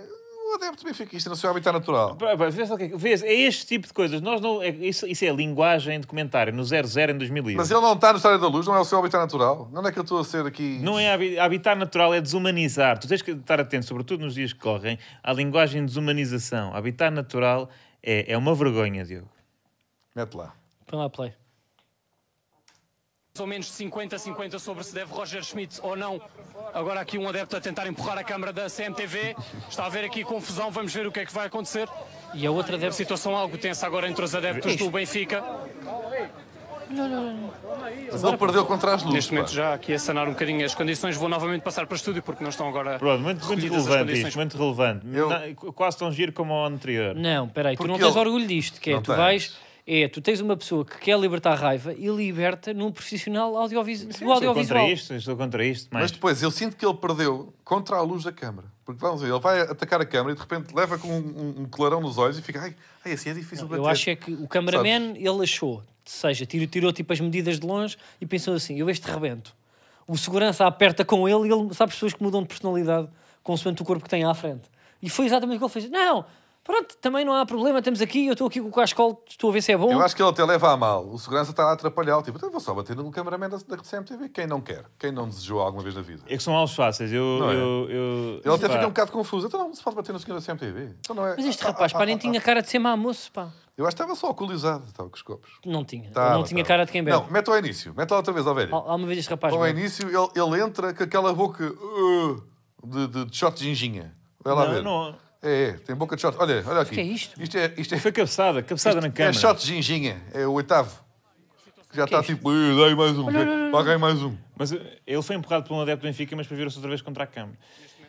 o adepto benfiquista no seu habitat natural.
Pá, pá, Vê, só o que é que- vê, é este tipo de coisas. Nós não, é- isso, isso é linguagem de comentário, no 00 em 2001.
Mas ele não está no Estádio da Luz, não é o seu habitat natural. Não é que eu estou a ser aqui...
Não é habi- habitar natural, é desumanizar. Tu tens que estar atento, sobretudo nos dias que correm, à linguagem de desumanização. Habitar natural é, é uma vergonha, Diogo.
Mete lá.
Põe lá play.
Mais ou menos 50-50 sobre se deve Roger Schmidt ou não. Agora aqui um adepto a tentar empurrar a câmara da CMTV. Está a haver aqui confusão, vamos ver o que é que vai acontecer.
E a outra deve ser.
Situação algo tensa agora entre os adeptos do Benfica.
Mas ele perdeu contra as luzes.
Neste momento
pá.
já aqui a sanar um bocadinho as condições. Vou novamente passar para o estúdio porque não estão agora
Pronto, muito, muito
recolhidas as
relevante
condições.
isto, muito relevante.
Eu-
Na- qu- quase tão giro como o anterior.
Não, peraí, tu
Porque
não tens
ele-
orgulho disto, que é
Não
tu
tens.
vais. É, tu tens uma pessoa que quer libertar a raiva e liberta num profissional audiovis... do
Estou contra
audiovisual.
isto, estou contra isto,
Mas
mas...
depois eu sinto que ele perdeu contra a luz da câmara. Porque vamos ver, ele vai atacar a câmara e de repente leva com um, um- um clarão nos olhos e fica, ai, ai assim é difícil bater.
Eu acho é que o cameraman, ele achou, seja, tirou, tirou tipo as medidas de longe e pensou assim, eu este rebento. O segurança aperta com ele e ele sabe pessoas que mudam de personalidade consoante o corpo que tem à frente. E foi exatamente o que ele fez. Não, pronto, também não há problema, estamos aqui, eu estou aqui com o cascol, estou a ver se é bom.
Eu acho que ele até leva a mal. O segurança está a atrapalhar. Tipo, então vou só bater no cameraman da, da CMTV. Quem não quer? Quem não desejou alguma vez na vida?
É que são alvos fáceis. Eu,
Não é?
eu, eu-
Ele até
pá,
fica um bocado confuso. Então não se pode bater no senhor da CMTV. Então não é.
Mas este rapaz, pá,
[LAUGHS]
nem tinha cara de ser mau moço, pá.
Eu acho que estava só alcoolizado, estava com os copos.
Não tinha.
Estava,
não tinha
estava.
cara de quem bebe.
Não, mete ao início. Mete lá outra vez, ao velho.
Há há uma vez este rapaz
Ao
bebe.
início, ele, ele entra com aquela boca uh, de, de, de shot de ginginha. Vai lá
Não,
ver.
não.
É, é, tem boca de shot. Olha, olha aqui.
que é isto?
Isto é, isto é,
Foi cabeçada, cabeçada na
é
câmara.
shot de ginginha. É o oitavo. Já
é
está tipo, "Eh, dai mais um. Paguei mais um.
Mas uh, ele foi empurrado por um adepto do Benfica, mas para vir se outra vez contra a Câmara.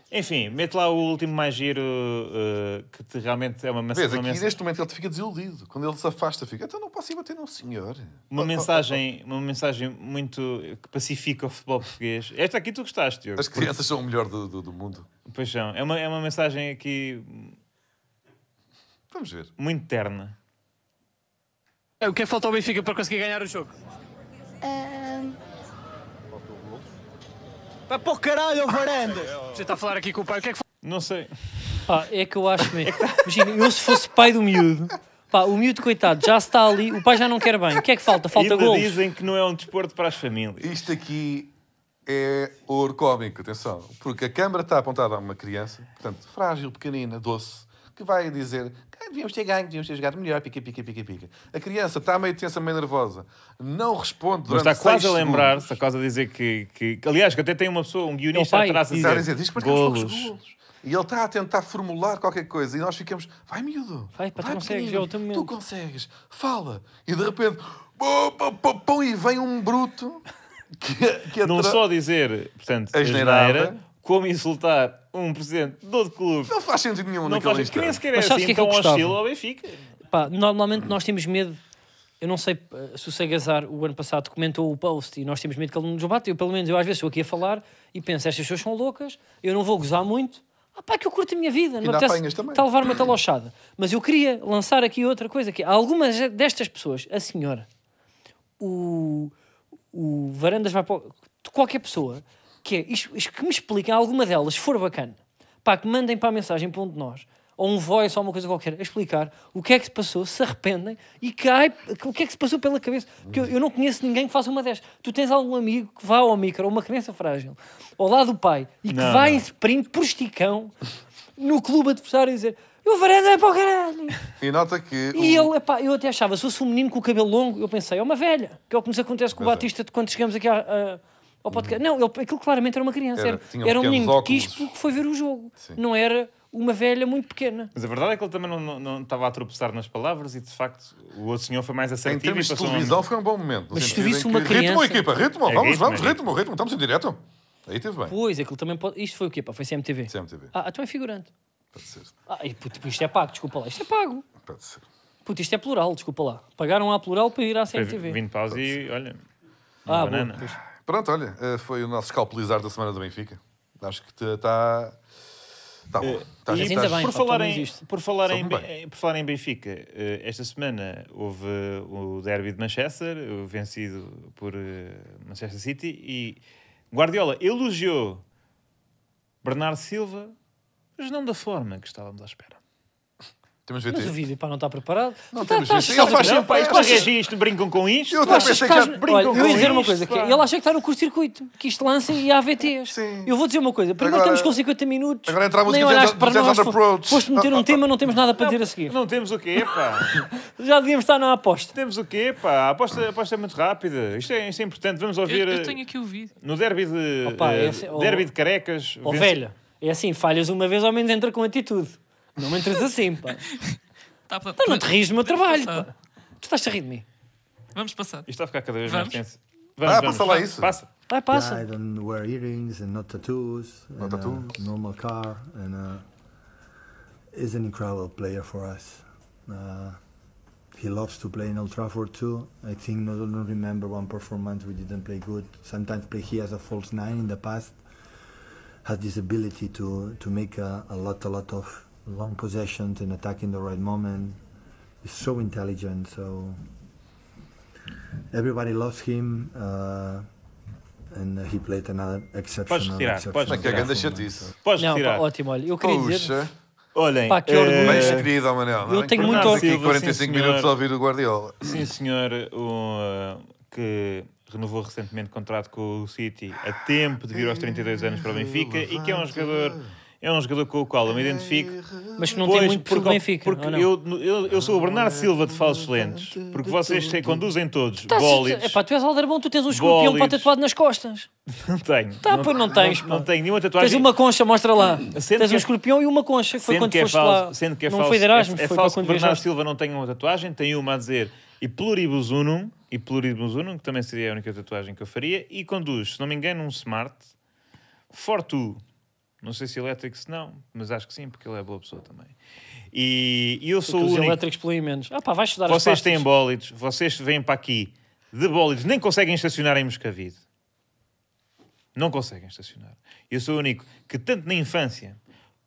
Enfim, mete lá o último mais giro, uh, que te- realmente é uma, mens-
Vês,
uma,
aqui
mens-
neste momento ele fica desiludido. Quando ele se afasta, fica. Então não posso ir bater num senhor.
uma
oh,
mensagem, uma mensagem muito que pacifica o futebol português. Esta aqui tu gostaste, Diogo.
As crianças são o melhor do, do, do mundo.
Pois são. É uma, é uma mensagem aqui
Vamos ver.
muito terna.
O que é que falta ao Benfica para conseguir ganhar o jogo?
Vai para o caralho, Varandas!
Já está a falar aqui com o pai. O que é que
Não sei.
Pá, é que eu acho
[LAUGHS]
mesmo. Imagina, eu se fosse pai do miúdo, pá, o miúdo, coitado, já está ali, o pai já não quer bem. O que é que falta? Falta
Ainda
golos.
dizem que não é um desporto para as famílias.
Isto aqui é ouro cómico, atenção. Porque a câmara está apontada a uma criança, portanto, frágil, pequenina, doce, que vai dizer "Ah, devíamos ter ganho, devíamos ter jogado melhor, pica, pica, pica, pica. A criança está meio tensa, meio nervosa. Não responde
Mas
durante
está quase a
seis
lembrar,
segundos.
está quase a dizer que, que, que- Aliás, que até tem uma pessoa, um guionista
pai,
atrás a
Está a dizer,
dizer,
diz é para golos.
golos.
golos. E ele está a tentar formular qualquer coisa e nós ficamos, vai miúdo,
Vai, pá, tu consegues,
pequenino,
é o teu momento."
tu consegues, fala. E de repente, Pô, pô, pô, pão e vem um bruto que, que
Não
atra-
só dizer, portanto,
A
a
geneirada.
geneira, como insultar um presidente de outro clube.
Não faz sentido nenhum
Não
naquele
faz que nem
instante.
sequer é
Mas sabes
assim
o que é que eu
tão
gostava?
hostil ao Benfica.
Pá, normalmente nós temos medo. Eu não sei eh, se o Segazar o ano passado comentou o post e nós temos medo que ele nos bate. Eu, pelo menos, eu às vezes estou aqui a falar e penso, estas pessoas são loucas, eu não vou gozar muito. Ah, pá, que eu curto a minha vida, não
Ainda
me apetece
apanhas também.
está a levar-me até lochada. Mas eu queria lançar aqui outra coisa: que é, algumas destas pessoas, a senhora, o, o Varandas vai para o- de qualquer pessoa que é isto, isto que me expliquem alguma delas, se for bacana, pá, que mandem para a mensagem para um de nós, ou um voice ou uma coisa qualquer, a explicar o que é que se passou, se arrependem e cai o que é que se passou pela cabeça. Porque eu, eu não conheço ninguém que faça uma dessas. Tu tens algum amigo que vá ao micro, ou uma criança frágil, ao lado do pai, e que
Não,
vai
não.
em sprint por esticão no clube adversário e dizer. E o varanda é para o caralho.
E nota que.
E
o-
ele, epá, eu até achava, se fosse um menino com o cabelo longo, eu pensei, é uma velha. Que é o que nos acontece com o
Pois é. Uhum.
Batista de quando chegamos aqui à- à- ao podcast. Não, ele- aquilo claramente era uma criança.
Era,
Era,
tinha
era um
pequenos
menino
óculos.
quispo que foi ver o jogo.
Sim.
Não era uma velha muito pequena.
Mas a verdade é que ele também não, não, não estava a tropeçar nas palavras e, de facto, o outro senhor foi mais
Em
assertivo
termos
e
de
passou
televisão
um...
foi um bom momento. no
Mas se tu
sentido em
visse uma
que- Ritmo,
criança-
equipa, ritmo,
É
vamos,
ritmo,
vamos,
é
ritmo, ritmo, estamos em direto. Aí teve bem.
Pois, aquilo também pode... Isto foi o quê, pá? Foi CMTV?
CMTV,
Ah, então é figurante.
pode ser.
Ah, e puto, isto é pago, desculpa lá. Isto é pago.
Pode ser.
Puto, isto é plural, desculpa lá. Pagaram à plural para ir à
Foi
CMTV.
20 paus e, olha, uma
ah,
banana.
bom. pois.
Pronto, olha, eh, foi o nosso scalpelizar da semana do Benfica. Acho que está. Está bom. Tá- um
Mas
tá-
Eh, ainda bem.
por,
pá, pelo
falar
menos
em,
isto.
por, falar em,
Soube-me
Be- por falar em Benfica, eh, esta semana houve eh, o derby de Manchester, eh, vencido por eh, Manchester City, e Guardiola elogiou Bernardo Silva, mas não da forma que estávamos à espera.
Temos
Mas o
VT.
vídeo, pá, não está preparado.
Não
Tá-
temos
tá-
VT. Ele faz
Não,
sempre
pá, isto
estas-
corrige isto, brincam com isto.
Eu também
pá.
Achas
pensei
que
que já
estás-
brincam
Olha, eu
com
ia dizer uma
isto,
coisa, que
pá.
ele acha que está no curto-circuito, que isto lança e há VTs.
Sim.
Eu vou dizer uma coisa, primeiro
Agora-
estamos com 50 minutos,
agora entra a música
nem
dos
olhaste
Zen-
para
dos Zen
nós,
Thunder Approach.
fo- foste meter um tema, não temos nada para dizer a seguir.
Não temos o quê, pá?
[LAUGHS] Já devíamos estar na aposta.
temos o quê, pá? A aposta, a aposta é muito rápida. Isto é, isto é importante. Vamos
Eu,
ouvir
eu
eh,
tenho aqui o vídeo.
no derby de,
Opa,
eh,
esse- é o-
derby de Carecas.
Ó
vence-
velha, é assim, falhas uma vez ao menos entra com atitude. Não me entras assim, [LAUGHS] pá.
Tá, pronto.
Então [LAUGHS] não te rires do meu trabalho,
passar.
pá. Tu estás a rir de mim.
Vamos passar.
Isto está a ficar cada vez
Vamos?
mais tenso.
Ah, passa lá isso.
Passa.
Vai,
I
passa.
don't wear earrings and not tattoos. and a
tattoos.
normal car and uh, is an incredible player for us. Uh, he loves to play in Old Trafford too. I think no, don't remember one performance we didn't play good. Sometimes play he as a false nine in the past. Has this ability to to make a, a lot a lot of long possessions and attack in the right moment. He's so intelligent. So everybody loves him. Uh, and he played another exceptional,
retirar,
Mas
podes
exceptional
que é
tá
grande
performance.
chatice.
Podes
Não, pá,
tirar.
ótimo, olha, eu queria né? dizer...
Puxa.
Olhem,
Pá, que
eh,
orgulho.
Bem querido, Manel. não é?
Eu tenho
Ficamos
muito
aqui
orgulho,
45
sim,
minutos a
senhor.
ouvir o Guardiola.
Sim, senhor, o, eh, que renovou recentemente o contrato com o City a tempo de vir aos 32 anos para o Benfica e que é um jogador, é um jogador com o qual eu me identifico.
Mas que não
Pois,
tem muito por
porque-
Benfica,
Porque
ou não?
eu, eu, eu sou o Bernardo Silva de Falsos Lentes. Porque vocês se conduzem todos.
Estás-
Bólidos.
Tá, Epá, tu és alderbão, tu tens um escorpião para
Bólides.
tatuado nas costas.
[LAUGHS] Não tenho.
Tá, pois não tens,
Não,
pá.
tenho nenhuma tatuagem.
Tens uma concha, mostra lá. Tens
Sendo que
um
é-
escorpião e uma concha, que foi
Sendo
quando
que, é
foste
falso,
lá.
sendo que é
não
falso,
foi de Erasmus,
é,
foi
é
para
falso que
quando
Bernardo
viajaste.
Silva não tem uma tatuagem, tem uma a dizer e pluribus unum, e pluribus unum, que também seria a única tatuagem que eu faria, e conduz, se não me engano, um Smart Fortu. Não sei se elétrico se não, mas acho que sim, porque ele é boa pessoa também. E, e eu sou o
Os
único...
elétricos poluem menos. Ah pá, vais estudar as
Vocês
pastas.
têm bólidos, vocês vêm para aqui de bólidos, nem conseguem estacionar em Moscavide. Não conseguem estacionar. Eu sou o único que, tanto na infância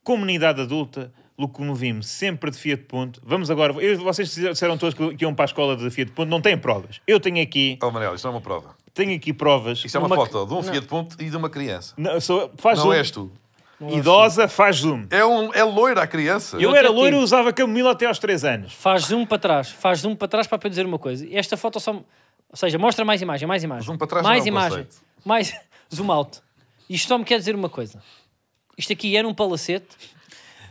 como na idade adulta, locomovi-me sempre de Fiat Punto. Vamos agora. eu- vocês disseram todos que que iam para a escola de Fiat Punto, não têm provas. Eu tenho aqui,
Oh, Manel, isto não é uma prova.
tenho aqui provas.
Isto é uma,
Uma-
foto de um Fiat Punto e de uma criança.
Não, sou- faz
Não é
zoom. é
és tu.
Idosa, faz zoom.
É, um, é loira a criança.
Eu
até
era loiro e
tive.
usava camomila até aos 3 anos.
Faz zoom para trás, faz zoom para trás para eu dizer uma coisa. Esta foto só. Ou seja, mostra mais imagem, mais imagem.
Zoom para trás
mais
não é um
imagem.
conceito.
Mais [LAUGHS] zoom out. Isto só me quer dizer uma coisa. Isto aqui era um palacete.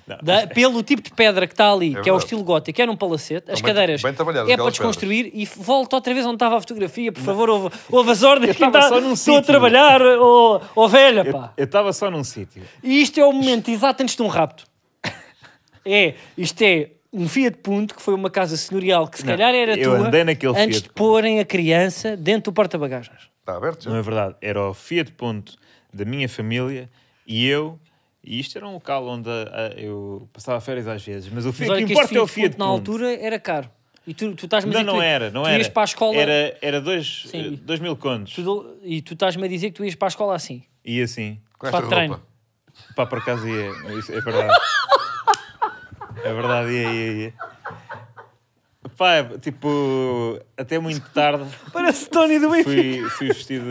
Não,
da- pelo tipo de pedra que está ali, que é o
verdade.
estilo gótico, era um palacete, as
Estão bem-
cadeiras
bem trabalhadas
é para
aquelas
desconstruir e volta outra vez onde estava a fotografia, por favor, ouve, ouve as ordens que
estava
está,
só num
estou a
sítio.
trabalhar, ó ó velha,
Eu
pá.
eu estava só num sítio. [LAUGHS]
E isto é o momento exato antes de um rapto. É, isto é um Fiat Punto, que foi uma casa senhorial que se
Não,
calhar era
eu
tua,
andei naquele
antes
Fiat
de porem a criança dentro do porta-bagagens.
Está Tá aberto já?
Não é verdade. Era o Fiat Punto da minha família e eu. E isto era um local onde ah, eu passava férias às vezes. Mas o
Mas
Fiat,
olha
que
que este
importa é o
Fiat
Fiat
Punto
Punto.
na altura era caro. E tu, tu estás-me a
Não,
dizer que
não
tu-
era, não
tu
era.
ias para a escola
Era, era dois,
Sim.
eh, dois mil contos.
tu dou- e tu estás-me a dizer que tu ias para a escola assim.
E assim.
Com esta
fato de treino.
roupa.
Pá, por acaso ia. Isso é verdade. É verdade, ia, ia, ia. Pá, é, tipo, até muito tarde
Parece Tony do Benfica.
fui, fui vestido.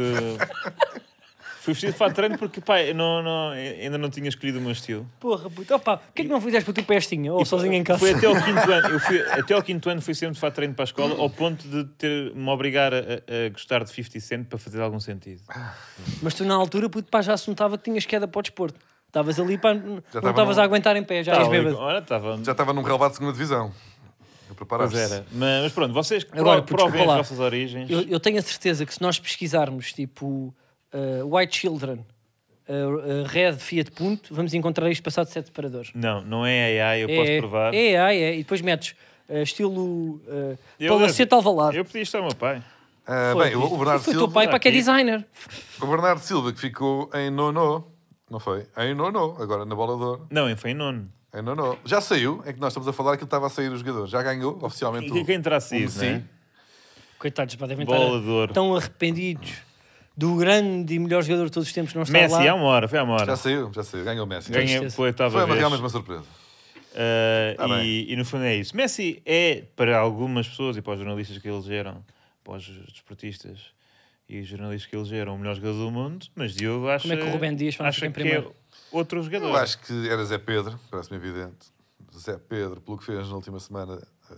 Fui vestido de fato de treino porque, pá, eu não, não, ainda não tinha escolhido o meu estilo.
Porra, puto. Opa, porquê que não fizeste para tu pestinha? Ou sozinho em casa?
Foi até ao quinto ano. Eu fui, até ao quinto ano fui sempre de fato de treino para a escola, ao ponto de ter me obrigar a, a gostar de 50 Cent para fazer algum sentido.
Ah, Mas tu na altura, puto, pá, já se notava que tinhas queda para o desporto. Estavas ali, pá, não
estava
estavas
num-
a aguentar em pé, já
Tá,
és
ali-
bêbado.
Ora, estava.
Já estava num relevado de segunda divisão. A
Pois
preparar-se.
era. Mas, mas pronto, vocês que
Agora,
Agora,
puto,
provem as
desculpa lá.
vossas origens.
Eu, eu tenho a certeza que se nós pesquisarmos, tipo, uh, White Children, uh, uh, Red Fiat Punto, vamos encontrar isto passado sete separadores.
Não, não é AI, eu posso
é,
provar.
É, é, é. E depois metes uh, estilo uh,
Eu
Palacete Alvalade.
Eu Ah, pedi isto ao meu pai.
Ah,
Foi.
bem, o, o Bernardo
Foi o teu
Silva.
pai para que é
aqui.
designer.
O Bernardo Silva que ficou em nono. Não foi? Em nono, agora na bola de ouro.
Não, foi em nono.
Em nono. Já saiu, é que nós estamos a falar que ele estava a sair o jogador. Já ganhou oficialmente
E é quem-
o-
quem terá
o
sido,
Messi.
né?
Coitados, pá, devem
Bola de
estar
ouro.
tão arrependidos do grande e melhor jogador de todos os tempos não estar lá.
Messi, é um- há uma hora, foi há uma
Já
hora.
saiu, já saiu. Ganhou o Messi.
Ganhei
tristeza.
pela oitava
Foi uma,
vez.
realmente uma surpresa.
Ah,
Tá
e, e no fundo é isso. Messi é, para algumas pessoas e para os jornalistas que elegeram, para os desportistas e os jornalistas que elegeram o melhor jogador do mundo, mas Diogo acha,
Como é que o Rubén Dias vai
acha
ficar em
que é
primeiro?
outro jogador.
Eu acho que era Zé Pedro, parece-me evidente. Zé Pedro, pelo que fez na última semana, eh,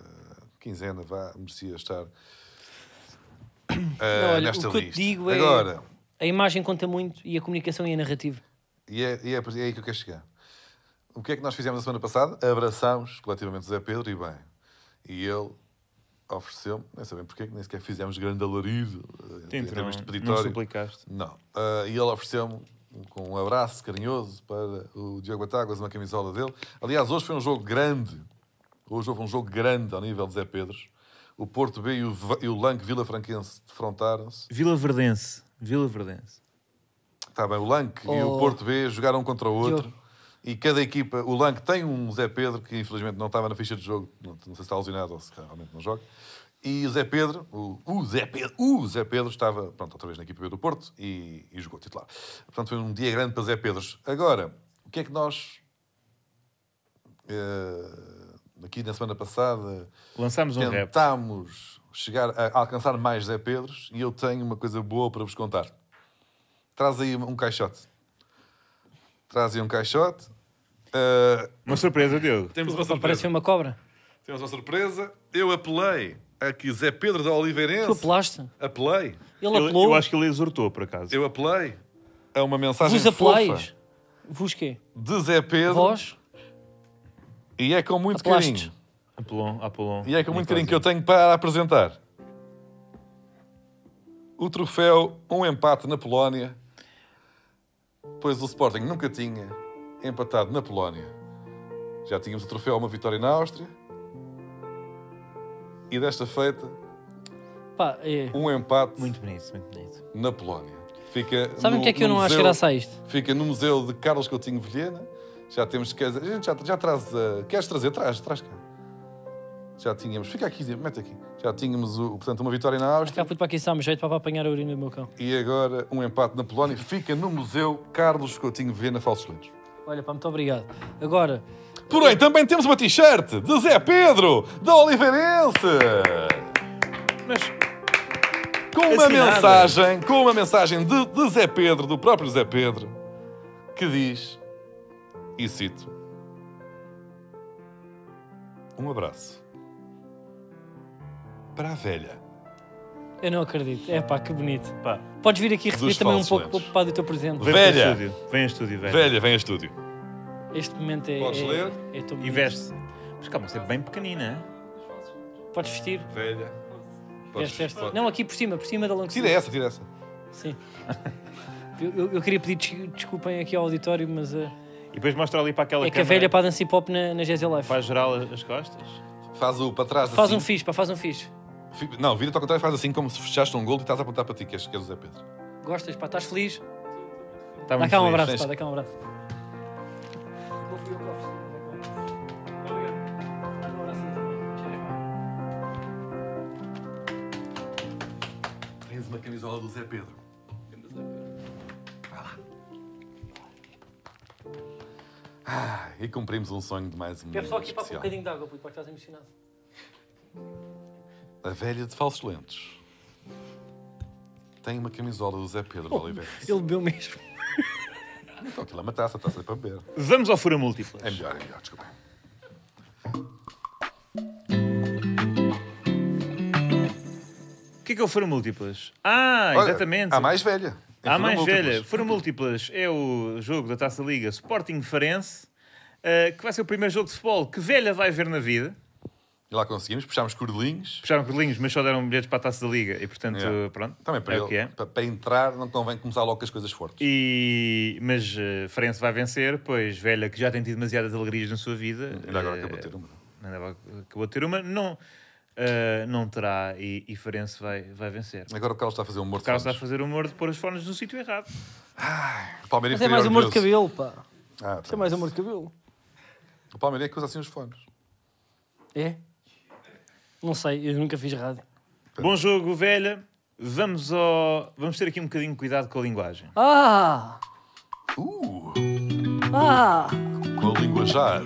quinzena, vá, merecia estar eh,
Não, olha,
nesta
o que eu te
lista.
digo é-
Agora,
A imagem conta muito e a comunicação e a narrativa.
e é, e é por- é aí que eu quero chegar. O que é que nós fizemos na semana passada? Abraçámos coletivamente o Zé Pedro e bem. E ele ofereceu-me, nem sabem porquê, que nem sequer fizemos grande alarido eh, em
Tinto,
termos de
não, não
peditório.
suplicaste.
Não. Ah, e ele ofereceu-me, com um abraço carinhoso para o Diogo Batáguas, uma camisola dele. Aliás, hoje foi um jogo grande. Hoje houve um jogo grande ao nível de Zé Pedros. O Porto B e o, Va- e o Lanque Vila Franquense defrontaram-se.
Vila Verdense. Vila Verdense.
Está Tá bem, o Lanque e
Oh.
o Porto B jogaram um contra o outro.
Diogo.
E cada equipa, o Lanque tem um Zé Pedro que infelizmente não estava na ficha de jogo, não, não sei se está alucinado ou se realmente não joga. E o Zé Pedro, o, o Zé Pedro, o Zé Pedro estava, pronto, outra vez na equipa B do Porto e, e jogou titular. Portanto, foi um dia grande para Zé Pedros. Agora, o que é que nós eh, aqui na semana passada
Lançámos um rap.
tentámos chegar a alcançar mais Zé Pedros e eu tenho uma coisa boa para vos contar. Traz aí um caixote. Traz aí um caixote. Ah,
Uma surpresa, Diogo.
temos uma
Parece
surpresa.
uma cobra.
Temos uma surpresa. Eu apelei a que Zé Pedro da Oliveirense...
Tu apelaste.
Apelei.
Ele
Eu, eu
apelou.
acho que ele exortou, por acaso.
Eu apelei a uma mensagem
Vos apelais.
fofa
Vos quê?
de Zé Pedro.
Vós?
E é com muito
Apelastes.
carinho.
Apelou, apelou.
E é com muito carinho que eu
Nicolas.
tenho para apresentar. O troféu, um empate na Polónia, pois o Sporting nunca tinha empatado na Polónia. Já tínhamos o troféu, uma vitória na Áustria. E desta feita,
Pá, é.
um empate
Muito bonito, muito bonito.
na Polónia. Fica
Sabem o
no-
que é que eu
no
não acho
museu-
graça a isto?
Fica no Museu de Carlos Coutinho Vilhena. Já temos. quer dizer, A gente já, já traz. uh, queres trazer? Traz, traz cá. Já tínhamos. Fica aqui, mete aqui. Já tínhamos, o, portanto, uma vitória na
Cá
Áustria
puto para aqui está-me jeito para apanhar a urina do meu cão.
e agora um empate na Polónia. Fica no Museu Carlos Coutinho Vilhena Falsos Lentos.
Olha, pá, muito obrigado. Agora,
Porém, também temos uma t-shirt de Zé Pedro, da Oliveirense.
Mas
com uma
Assinada.
mensagem, com uma mensagem de, de Zé Pedro, do próprio Zé Pedro, que diz, e cito, um abraço para a velha.
eu não acredito. É pá, que bonito.
pá,
Podes vir aqui receber
Dos
também um
falsos
pouco
lentes.
pá, do teu presente.
Ve-
vem
Velha.
ao estúdio. Vem ao estúdio, velho.
Velha, vem a estúdio.
Este momento é.
Podes
é-
ler?
é tão
E
bonito.
veste. Mas calma, você é bem pequenina.
Podes vestir?
Velha. Podes-
Veste esta.
podes-
Não, aqui por cima, por cima da longa
Tira essa, tira essa.
Sim. Eu, eu- eu queria pedir des- desculpem aqui ao auditório, mas eh,
E depois mostra ali para aquela
É que a
câmara,
velha para a dança hip hop na, na Gésia Life.
assim.
faz geral as costas.
Faz o para trás.
Faz
assim.
um fixe, pá, faz um fixe.
Fi- Não, vira-te ao contrário e faz assim como se fechaste um gol e estás a apontar para ti, que és, que és o Zé Pedro.
Gostas, pá, estás feliz?
Está
Dá
Tá muito
cá um
feliz.
abraço,
Tá tens-
pá, dá cá um abraço.
Tens uma camisola do Zé Pedro. Vai lá. Ah, e cumprimos um sonho de mais um
Bebe só
menino
aqui para um
especial.
bocadinho de água, puto, para que estás emocionado.
A velha de falsos lentes. Tem uma camisola do Zé Pedro de Oliveira.
Oh, Ele tá- bebeu mesmo.
Então aquilo é uma taça, taça para beber.
Vamos ao Fura Múltiplas.
É melhor, é melhor, desculpa.
O que é que é o Fura Múltiplas? Ah,
Olha,
exatamente.
A mais velha. Em
Há mais
Fernando
velha.
Múltiplos.
Foram múltiplas. É o jogo da Taça Liga Sporting Farense, eh, que vai ser o primeiro jogo de futebol que velha vai ver na vida.
E lá conseguimos, puxámos cordelinhos.
Puxaram cordelinhos, mas só deram bilhetes para a Taça da Liga. E, portanto,
Yeah.
pronto.
Também para,
é
ele-
o que é.
pa- para entrar não convém começar logo com as coisas fortes.
E, mas eh, Farense vai vencer, pois velha, que já tem tido demasiadas alegrias na sua vida.
Ainda agora
eh,
acabou de ter um. uma.
ainda agora acabou de ter uma. Não, eh, não terá e, e Farense vai, vai vencer.
Agora o Carlos está a fazer um morto.
O Carlos está a
Palmeiras
fazer o humor de pôr os fones no sítio errado.
Mas é mais humor de cabelo, pá.
Ah,
Isto é
tá.
mais humor de cabelo.
O Palmeiras é que usa assim os fones.
É? Não sei, eu nunca fiz rádio.
Bom jogo, velha. Vamos, ao... Vamos ter aqui um bocadinho de cuidado com a linguagem.
Oh.
Ah!
Uh,
Ah!
com o linguajar.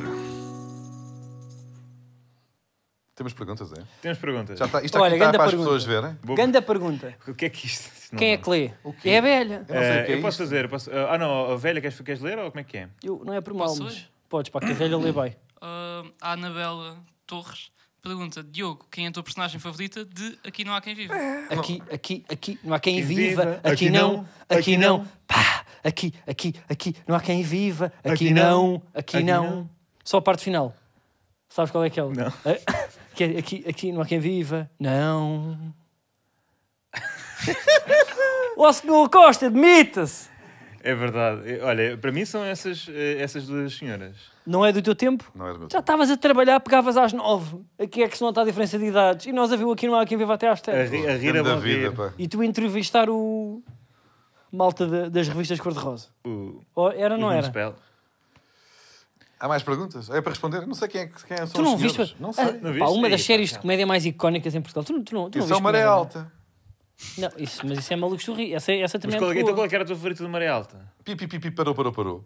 Temos perguntas, é?
Temos perguntas.
Já está, isto
Olha,
aqui está
grande
para as
pergunta.
pessoas verem.
Boa-
Ganda pergunta.
O que é que isto? isto não
Quem é
dá.
que lê?
quê?
É a velha.
Eu não sei
Eh,
o que é
eu posso
isto.
fazer. eu posso- Ah, não, a velha, queres, queres ler ou como é que é?
Eu- não é por mal,
Posso
mas
hoje?
podes, pá, que a velha lê bem.
Ah, a Anabela Torres pergunta: Diogo, quem é a tua personagem favorita de Aqui Não Há Quem Viva?
Aqui, aqui, aqui, não há quem
Quem
viva.
viva,
Aqui
aqui
não,
não,
aqui
aqui
não.
não.
Pá! Aqui, aqui, aqui, não há quem viva. Aqui
Aqui
não,
não,
aqui
aqui
não.
não.
Só a parte final. Sabes qual é que é?
Não.
[LAUGHS] Que é Aqui, aqui não há quem viva.
[LAUGHS]
Não. Ó senhor Costa, admita-se!
É verdade. Eh, Olha, para mim são essas, eh, essas duas senhoras.
Não é do teu tempo?
Não era o meu.
Já estavas a trabalhar, pegavas às nove. Aqui é que se nota a diferença de idades. E nós a viu aqui, não há quem viva até às
A,
três.
ri- a rir
Grande
a
da
bom
vida,
rir.
pá.
E tu entrevistar o malta da- das revistas cor-de-rosa.
O-
Ou era ou não
os
era?
Municipal.
Há mais perguntas? É para responder? Não sei quem, é, que- quem são
Tu não
os
viste?
senhores. Não sei.
Ah,
Não
pá,
viste?
uma das
Aí, pá,
séries de comédia mais icónicas em Portugal. Tu, não- tu não, tu não
Isso é
viste
o Maré
comédia, não é?
Alta.
Não, isso, mas isso é maluco sorrir. Essa, essa
Mas
também
qual,
é
é-
muito
então
boa.
qual é que era a tua favorita do Maré Alta?
Pi, pi, pi, pi, parou, parou, parou.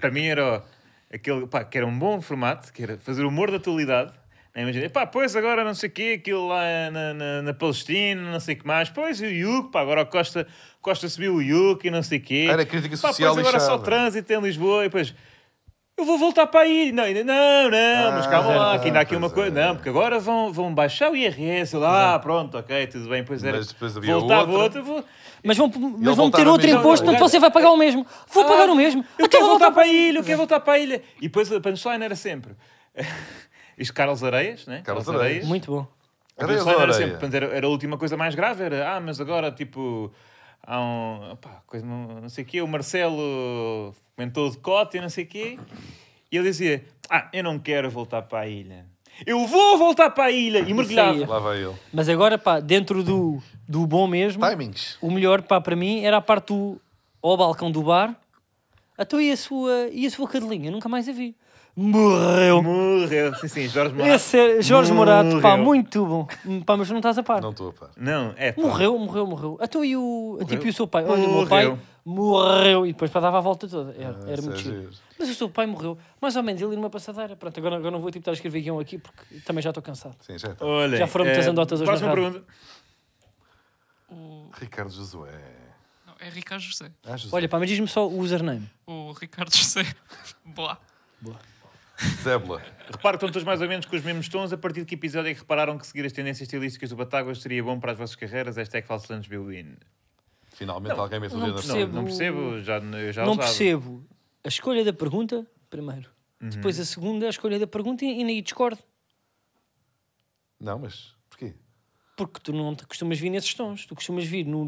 Para mim era o- aquele pá, que era um bom formato, que era fazer humor da atualidade. Né? Imagina, pá, pois agora não sei o quê, aquilo lá na, na, na Palestina, não sei o que mais, pois e o Yuke, pá, agora o Costa, Costa subiu o Yuke e não sei o quê.
Era crítica
Pá,
social
pois agora só
lixada.
o trânsito em Lisboa e depois. Eu vou voltar para aí. Não, ainda- não, não, mas calma
Ah,
lá, que ainda há aqui
pois
uma coisa.
é.
Não, porque agora vão, vão baixar o IRS. Eu lá, ah, pronto, ok, tudo bem. Pois era.
Mas depois havia
voltava
outra.
outra. vou-
Mas vão, mas vão
voltar
meter
ao
outro
mesmo.
imposto,
Não,
portanto
não,
você vai pagar o mesmo. Vou
Ah,
pagar o mesmo.
Eu
Até
quero
vou
voltar para a ilha, eu
é?
quero voltar para a ilha. E depois a punchline era sempre. [LAUGHS] Isto Carlos Areias, né?
Carlos Areias.
Muito bom.
A
Areias
punchline
ou
era
areia?
sempre. Portanto, era, era a última coisa mais grave, era. Ah, mas agora tipo. Há um. opá, coisa, não não sei o quê. O Marcelo comentou de cota e não sei o quê. E ele dizia: Ah, eu não quero voltar para a ilha. Eu vou voltar para a ilha! E mergulhava.
Lá vai ele.
Mas agora, pá, dentro do, do bom mesmo,
Tá
Timings.
o melhor pá, para mim era a parte do ao balcão do bar. Então e a sua, e a sua cadelinha? Nunca mais a vi. Morreu.
Morreu. Sim, sim, Jorge Morato.
Esse é Jorge Morato, pá,
Morreu.
muito bom. Hum, Pá, mas não estás a par.
Não estou a par.
Não, é. pá.
Morreu, morreu, morreu. Então e o, tipo, e o seu pai? Olha, o meu
Morreu.
pai morreu. E depois pá, dava a volta toda. Era, era
isso
muito
é
chido.
giro.
Mas o seu pai morreu. Mais ou menos, ele numa passadeira. Pronto, agora, agora não vou tipo, estar a escrever guião aqui porque também já estou cansado.
Sim, já é está.
Olha,
Já foram muitas
eh,
anedotas hoje na
Próxima
rádio.
pergunta.
O...
Ricardo Josué.
não, é Ricardo José.
Ah, Josué.
Olha, pá, mas diz-me só o username.
O Ricardo [LAUGHS] José. Boa.
Zébula.
Reparo que estão todos mais ou menos com os mesmos tons. A partir de que episódio é que repararam que seguir as tendências estilísticas do Batáguas seria bom para as vossas carreiras? é Hashtag falso anos Bilbin.
Finalmente alguém me
não
atendeu na
percebo.
Não, não percebo, já, eu já
não
usava.
percebo a escolha da pergunta, primeiro. Depois a segunda, a escolha da pergunta e, e aí discordo.
Não, mas porquê?
Porque tu não te costumas vir nesses tons. Tu costumas vir no,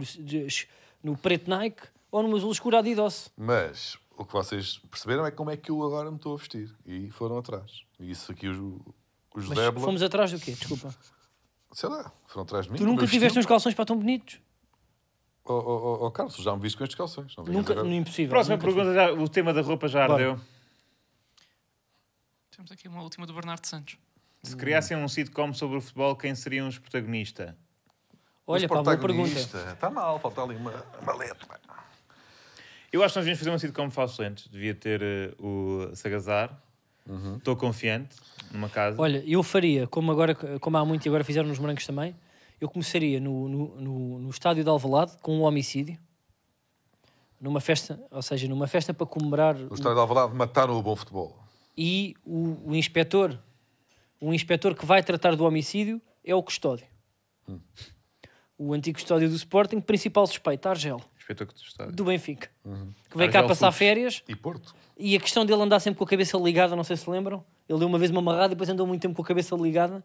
no preto Nike ou no azul escuro Adidas.
Mas o que vocês perceberam é como é que eu agora me estou a vestir. E foram atrás. E isso aqui os, os
Mas
Zébula,
fomos atrás do quê? Desculpa.
sei lá, foram atrás de mim.
Tu
do
nunca
meu
tiveste um- uns
vestido.
calções para tão bonitos?
Oh, oh, oh, oh, Carlos, já me viste com estes calções. Não venhas
Nunca, é
agora.
impossível.
Próxima
nunca
pergunta, já, o tema da roupa já
Bora.
ardeu.
Temos aqui uma última do Bernardo Santos.
Se criassem um sitcom sobre o futebol, quem seriam os protagonistas?
tive. Olha,
Mas
pá, boa pergunta. Hum.
protagonista, Está mal, falta ali uma, uma letra.
Eu acho que nós devíamos fazer um sitcom falso lentes. Devia ter eh, o Sagazar. Estou confiante numa casa.
Olha, eu faria, como, agora, como há muito e agora fizeram nos morangos também, eu começaria no, no, no, no estádio de Alvalade com um homicídio, numa festa, ou seja, numa festa para comemorar
O Estádio de Alvalade mataram o bom futebol.
e o, o inspetor, o inspetor que vai tratar do homicídio é o custódio.
Hum.
O antigo custódio do Sporting, principal suspeito, Argel,
Respeito ao que tu estás.
do Benfica, que veio cá
Uhum. Argel
passar
Fuchs.
férias
E Porto?
e a questão dele andar sempre com a cabeça ligada, não sei se lembram, ele deu uma vez uma amarrada e depois andou muito tempo com a cabeça ligada,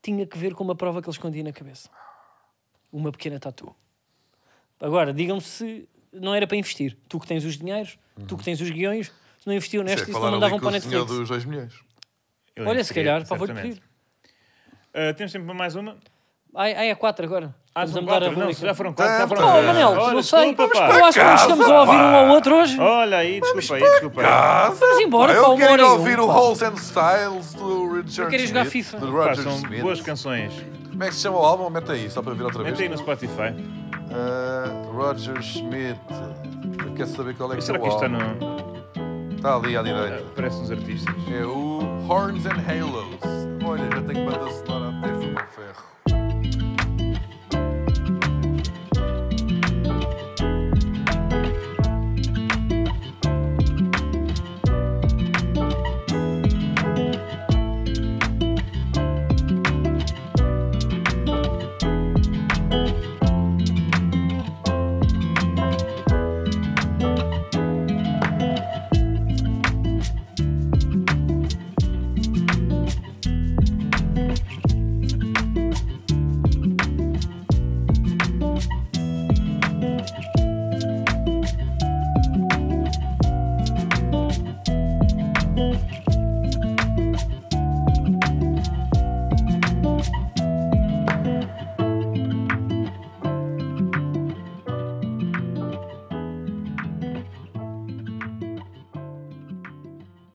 tinha que ver com uma prova que ele escondia na cabeça. Uma pequena tatu. Agora, digam-me se não era para investir. Tu que tens os dinheiros, tu que tens os guiões, se não investiam
Isso é
neste, isso
falar
não
ali
mandavam
com
para a
o senhor
Netflix.
dos 2 milhões.
Eu
Olha, se
seria,
calhar, pá, vou-lhe
certamente.
pedir.
Eh, temos tempo para mais uma?
Ai, ai, é quatro agora.
Ah,
Estamos
são
a mudar a
quatro. Não,
rubrica.
já foram quatro. Já foram
Pá,
quatro.
Manel,
Olha,
não sei.
desculpa, pá.
eu acho que nós estamos a ouvir um ao outro hoje.
Olha aí, desculpa aí, desculpa aí.
Vamos embora, pá,
eu
uma hora
quero
e
ouvir
um,
o
pá.
Holes and Styles do Richard
Eu quero jogar
Smith,
FIFA.
Do
Pá,
Roger
são
Smith.
boas canções.
Como é que se chama o álbum? Mete aí, só para ver outra vez.
Mete aí no Spotify.
Ah, Roger Schmidt. Eu quero saber qual é que é
Será
o
que isto está
álbum.
no.
Está ali à direita.
Parece nos artistas.
É o Horns and Halos. Olha, já tenho banda sonora.